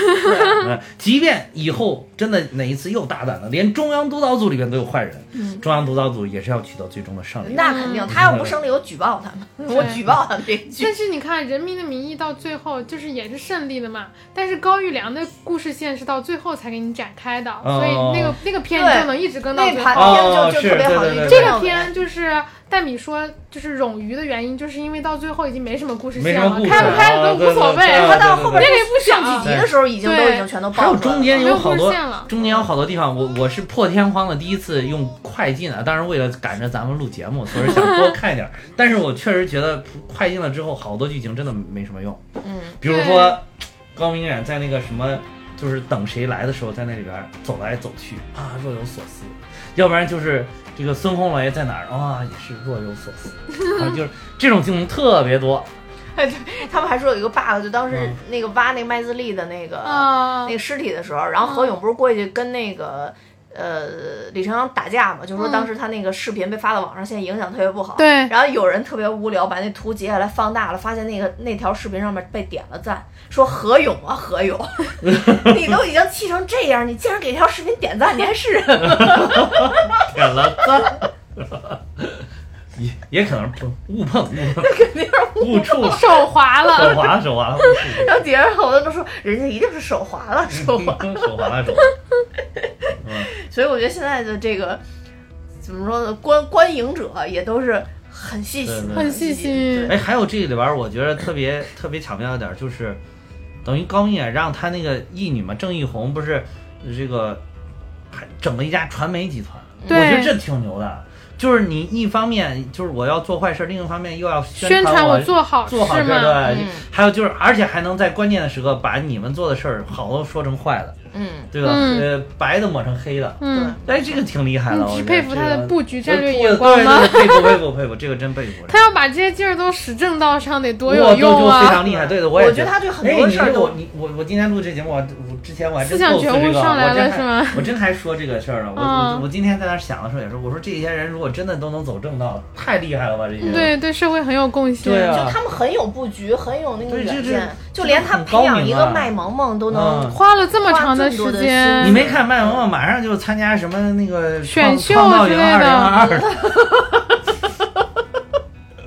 嗯，即便以后真的哪一次又大胆了，连中央督导组里面都有坏人，嗯中央督导组也是要取得最终的胜利。那肯定，他要不胜利，我举报他们， [LAUGHS] 我举报他们这剧。但是你看，《人民的名义》到最后就是也是胜利的嘛，但是高育良的故事线是到最后才给你展开的，哦所以那个那个片你对就能一直跟到那最盘后。片就就特别好，这个片就是戴米说就是冗余的原因，就是因为到最后已经没什么故事没线什么了故，事啊啊开不开的都无所啊对对谓对。他到后边那个也不想上几集的时候已经都已经全都还爆有出来中间了。有好没有故多事线了，中间有好多地方，我我是破天荒的第一次用快进啊，当然为了赶着咱们录节目，所以想多看一点儿。 [LAUGHS] 但是我确实觉得快进了之后，好多剧情真的没什么用。嗯，比如对说高明远在那个什么，就是等谁来的时候，在那里边儿走来走去啊，若有所思；要不然就是这个孙红雷在哪儿啊，也是若有所 [LAUGHS] 思，啊、就是这种镜头特别多。他们还说有一个 bug，就嗯当时那个挖那个麦自立的那个啊那，个尸体的时候，然后何勇不是过去跟那个呃李晨阳打架嘛，就说当时他那个视频被发到网上，现在影响特别不好。哎对然后有人特别无聊，把那图截下来放大了，发现那个那条视频上面被点了赞，说何勇啊 [LAUGHS] 何勇，你都已经气成这样，你竟然给这条视频点赞，你还是人吗？点了赞， [LAUGHS] 也也可能碰误碰误碰， [LAUGHS] 肯定是误触手手滑了，滑手滑了，然后底下好多人都说人家一定是手滑了手手滑滑，手滑了手滑。嗯，所以我觉得现在的这个怎么说呢，观观影者也都是很细心，对很细心。哎，还有这里边儿我觉得特别特别巧妙的点儿就是，等于高闫让他那个义女嘛，郑义红不是这个还整了一家传媒集团，我对觉得这挺牛的。就是你一方面就是我要做坏事，另一方面又要宣传我我做好事做好事儿，嘛，对，嗯还有就是，而且还能在关键的时刻把你们做的事儿好都说成坏的，嗯，对吧？嗯呃，白的抹成黑的，对嗯，，哎，这个挺厉害的，你我只觉得佩服这他的个呃布局战略对眼光吗？对对对佩服佩服佩服，这个真佩服。 [LAUGHS] 他要把这些劲儿都使正道上，得多我有就就用非啊！常厉害，对的，我也觉得他对很哎多你事儿这都我你我我今天录这节目，我我之前我还真思想构思觉这悟个上来我真了是还吗？我真还说这个事儿呢，我嗯我我今天在那儿想的时候也是，我说这些人如果真的都能走正道，太厉害了吧？这些人对对，社会很有贡献。对就啊，他们很有布局，很有那个对这远这见，这就连他很高培养明一啊个卖萌萌都能嗯花了这么花长这么时多的间，心你没看麦萌萌马上就参加什么那个选创秀创造之营类二的零二二， [LAUGHS]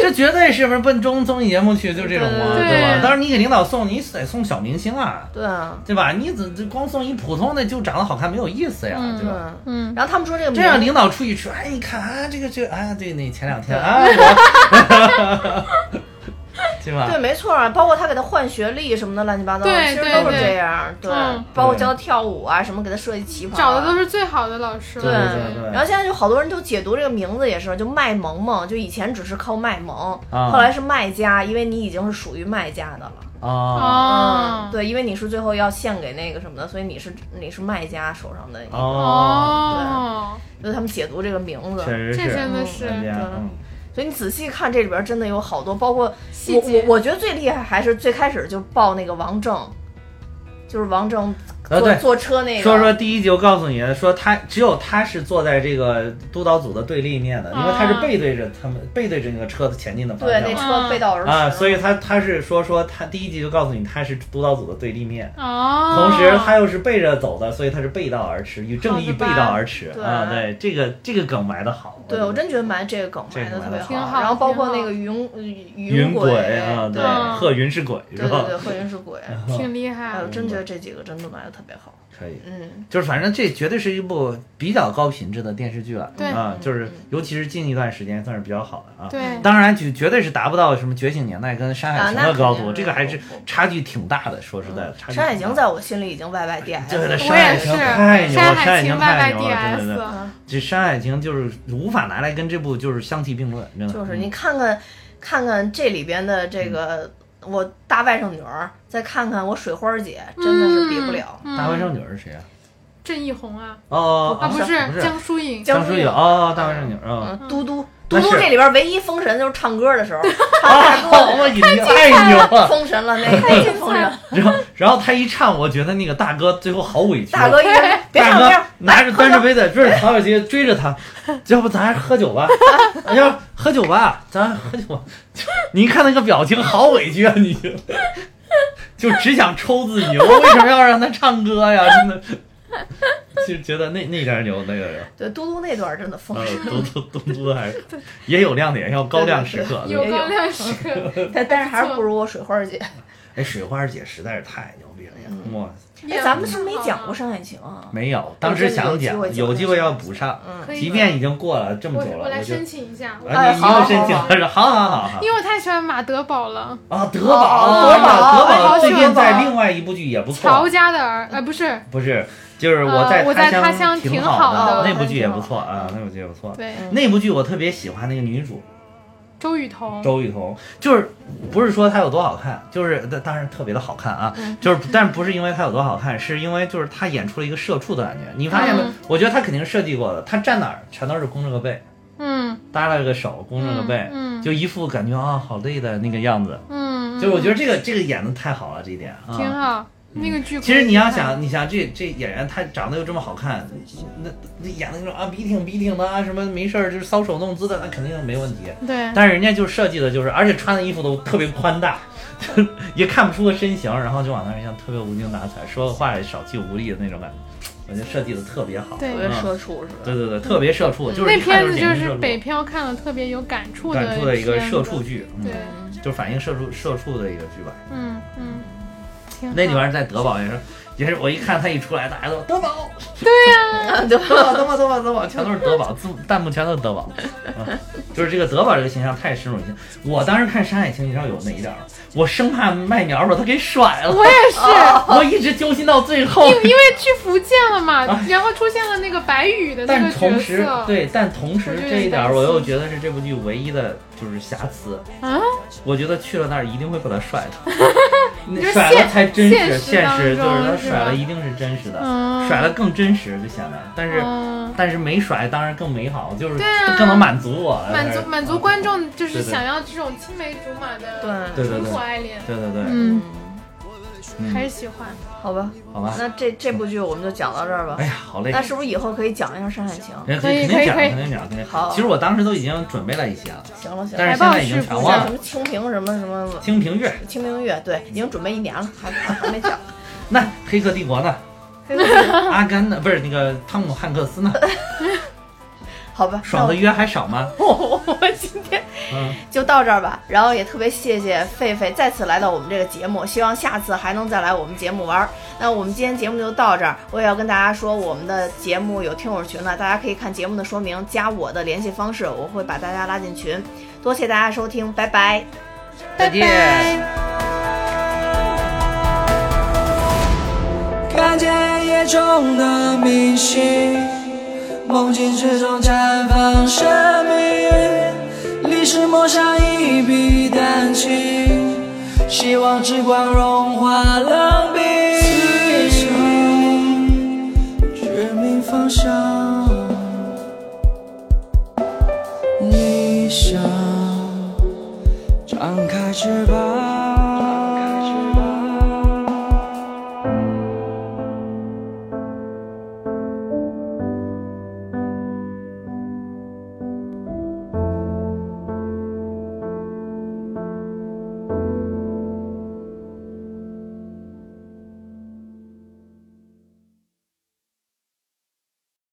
这绝对是不是奔综综艺节目去？就这种嘛，对对吧？对当然你给领导送，你得送小明星啊，对啊，对吧？你怎这光送一普通的就长得好看没有意思呀，嗯对吧？嗯。嗯，然后他们说这个这样名领导出去吃，哎，你看啊，这个这个啊，对，那前两天啊，我， [LAUGHS] 对吧？对，没错啊，包括他给他换学历什么的，乱七八糟，对其实对都是对这样。对嗯，包括教他跳舞啊，什么给他设计旗袍啊，找的都是最好的老师。对对对然后现在就好多人都解读这个名字也是，就卖萌萌，就以前只是靠卖萌，啊后来是卖家，因为你已经是属于卖家的了。啊哦嗯，，对，因为你是最后要献给那个什么的，所以你是你是卖家手上的，哦，哦，就是他们解读这个名字确。实这是真的是这样，嗯。所以你仔细看这里边真的有好多，包括细我我节。我觉得最厉害还是最开始就报那个王正，就是王正呃坐对坐车那个，说说第一集，我告诉你，说他只有他是坐在这个督导组的对立面的，因为他是背对着他们，背对着那个车前进的方嗯对那向车背道而驰啊，所以他他是说说他第一集就告诉你他是督导组的对立面，哦，同时他又是背着走的，所以他是背道而驰，与正义好的背吧道而驰哦对啊，对这个这个梗埋的好，对觉得我真觉得埋这个梗这埋个的特埋得别好好，挺好然后包括挺那好个云呃云云鬼啊，对嗯贺云是鬼是对对对，吧？嗯贺云是鬼。挺厉哎，害我。真觉得这几个真的埋的特别好。可以。嗯，就是反正这绝对是一部比较高品质的电视剧了，对啊，就是尤其是近一段时间算是比较好的啊。对，当然，绝绝对是达不到什么《觉醒年代》跟《山海情》的高啊那度，肯定这个还是差距挺大的。说实在的，差距挺大《嗯山海情》在我心里已 [LAUGHS] 经 YYDS 了。对对，《我山海也情是》太牛了，《山山海海情情》太牛了，对对对， YYDS 这《山海情》就是无法拿来跟这部就是相提并论，真的。嗯就是你看看看看这里边的这个我大外甥女儿，再看看我水花儿姐，真的是比不了。嗯嗯大外甥女儿是谁啊？郑义红啊，哦，啊不不是不是江疏影，江疏疏影影哦，大外甥女儿啊。嗯，嘟嘟嘟那嘟是这里边唯一封神就是唱歌的时候，啊！我已经太牛了，封神了那个太封神了。 [LAUGHS] 然后，然后他一唱，我觉得那个大哥最后好委屈啊。大哥一人别大唱哥别唱，拿着来喝端酒着杯子追着唐小杰，追着他，要不咱还是喝 [LAUGHS] 酒吧？要不喝酒吧，咱喝酒吧。 [LAUGHS] 你看那个表情，好委屈啊！你就就只想抽自己，我为什么要让他唱歌呀？真的，就觉得那那点牛，那个人，对嘟嘟那段真的封呃神，，嘟嘟嘟嘟还是也有亮点，要高亮时刻。对对对有也有哎高亮时刻，。嗯但但是还是不如我水花儿姐。哎，水花姐实在是太牛逼了呀！哇，哎，咱们是没讲过《山海情》啊。没有，当时想讲，有机会要补上，嗯可以即便已经过了这么我久了，我来我就申请一下，啊，你你又申请哎好好好了，好好好好因为我太喜欢马德堡了，啊，德宝，哦德德宝哎好最喜欢近德宝在另外一部剧也不乔错，家的儿，呃，不是，不是，就是呃我在在他乡乡挺好好的那部剧也不错啊，那部剧也不错。对，那部剧我特别喜欢那个女主周雨彤，周雨彤，就是不是说她有多好看，就是当当然特别的好看啊，嗯就是但不是因为她有多好看，是因为就是她演出了一个社畜的感觉，你发现没嗯？我觉得她肯定是设计过的，她站哪儿全都是弓着个背，嗯耷拉着个手，弓着个背，嗯嗯就一副感觉啊好累的那个样子。嗯，就是我觉得得这个这个演的太好了，这一点啊。挺好，那个剧其实你要想，你想这这演员他长得又这么好看，那那演的那种啊笔挺笔挺的啊，什么没事儿就是搔首弄姿的，那肯定没问题。对，但是人家就设计的就是，而且穿的衣服都特别宽大， [LAUGHS] 也看不出个身形，然后就往那儿一样特别无精打采，说个话也少气无力的那种感觉。我觉得设计的特别好。嗯对嗯特别社畜是吧？对对对，特别社畜，就是那一看就片是子典就型社是畜北漂看了特别有感触的感触的一个片子社畜，剧，嗯对，就反映社畜社畜的一个剧吧。嗯嗯，挺好那里边在德宝也是，也是我一看他一出来，大家都德宝， [LAUGHS] 啊，对吧？德宝，德宝， [LAUGHS] 德宝，德宝，全都是德宝，字幕弹幕全都是德 [LAUGHS] 宝，啊，就是这个德宝这个形象太深入人心。我当时看《山海情》，你知道有哪一点儿吗？我生怕麦苗把他给甩了，我也是， [LAUGHS] 我一直揪心到最后。因因为去福建了嘛，然后出现了那个白宇的那啊但个角同时色，，对，但同时我觉得这一点儿有我点又心觉得是这部剧唯一的就是瑕疵。啊，我觉得去了那儿一定会把他甩的，那 [LAUGHS] 你说甩了现才真现实，实现当实就是中他是甩吧了一定是真实的，嗯甩了更真实就显得，但是、嗯，但是没甩当然更美好，就是对啊更能满足我，满足嗯满足观，众就对对是想要这种青梅竹马的对，嗯对对生对活，爱恋，对对对，嗯，嗯还是喜欢。好吧，好吧，那这这部剧我们就讲到这儿吧啊哎。呀，好累那。是不是以后可以讲一下《山海情人可以肯定讲，可以可以肯定讲，肯定讲。好其实我当时都已经准备了一些了，》？行了行但了，是现海报在已经是全不忘像像什了。么清平什么什么听评剧，清明月，对，已经准备一年了，还还没讲。那《黑客帝国》呢？阿甘呢？不是那个汤姆汉克斯呢？好吧，爽的约还少吗？那我我们今天嗯，就到这儿吧。然后也特别谢谢狒狒再次来到我们这个节目，希望下次还能再来我们节目玩儿。那我们今天节目就到这儿，我也要跟大家说，我们的节目有听友群了，大家可以看节目的说明，加我的联系方式，我会把大家拉进群。多谢大家收听，拜拜。再见。看见夜中的明星，梦境之中绽放生命，历史抹上一笔丹青，希望之光融化冷冰。此生绝命方向，你想张开翅膀。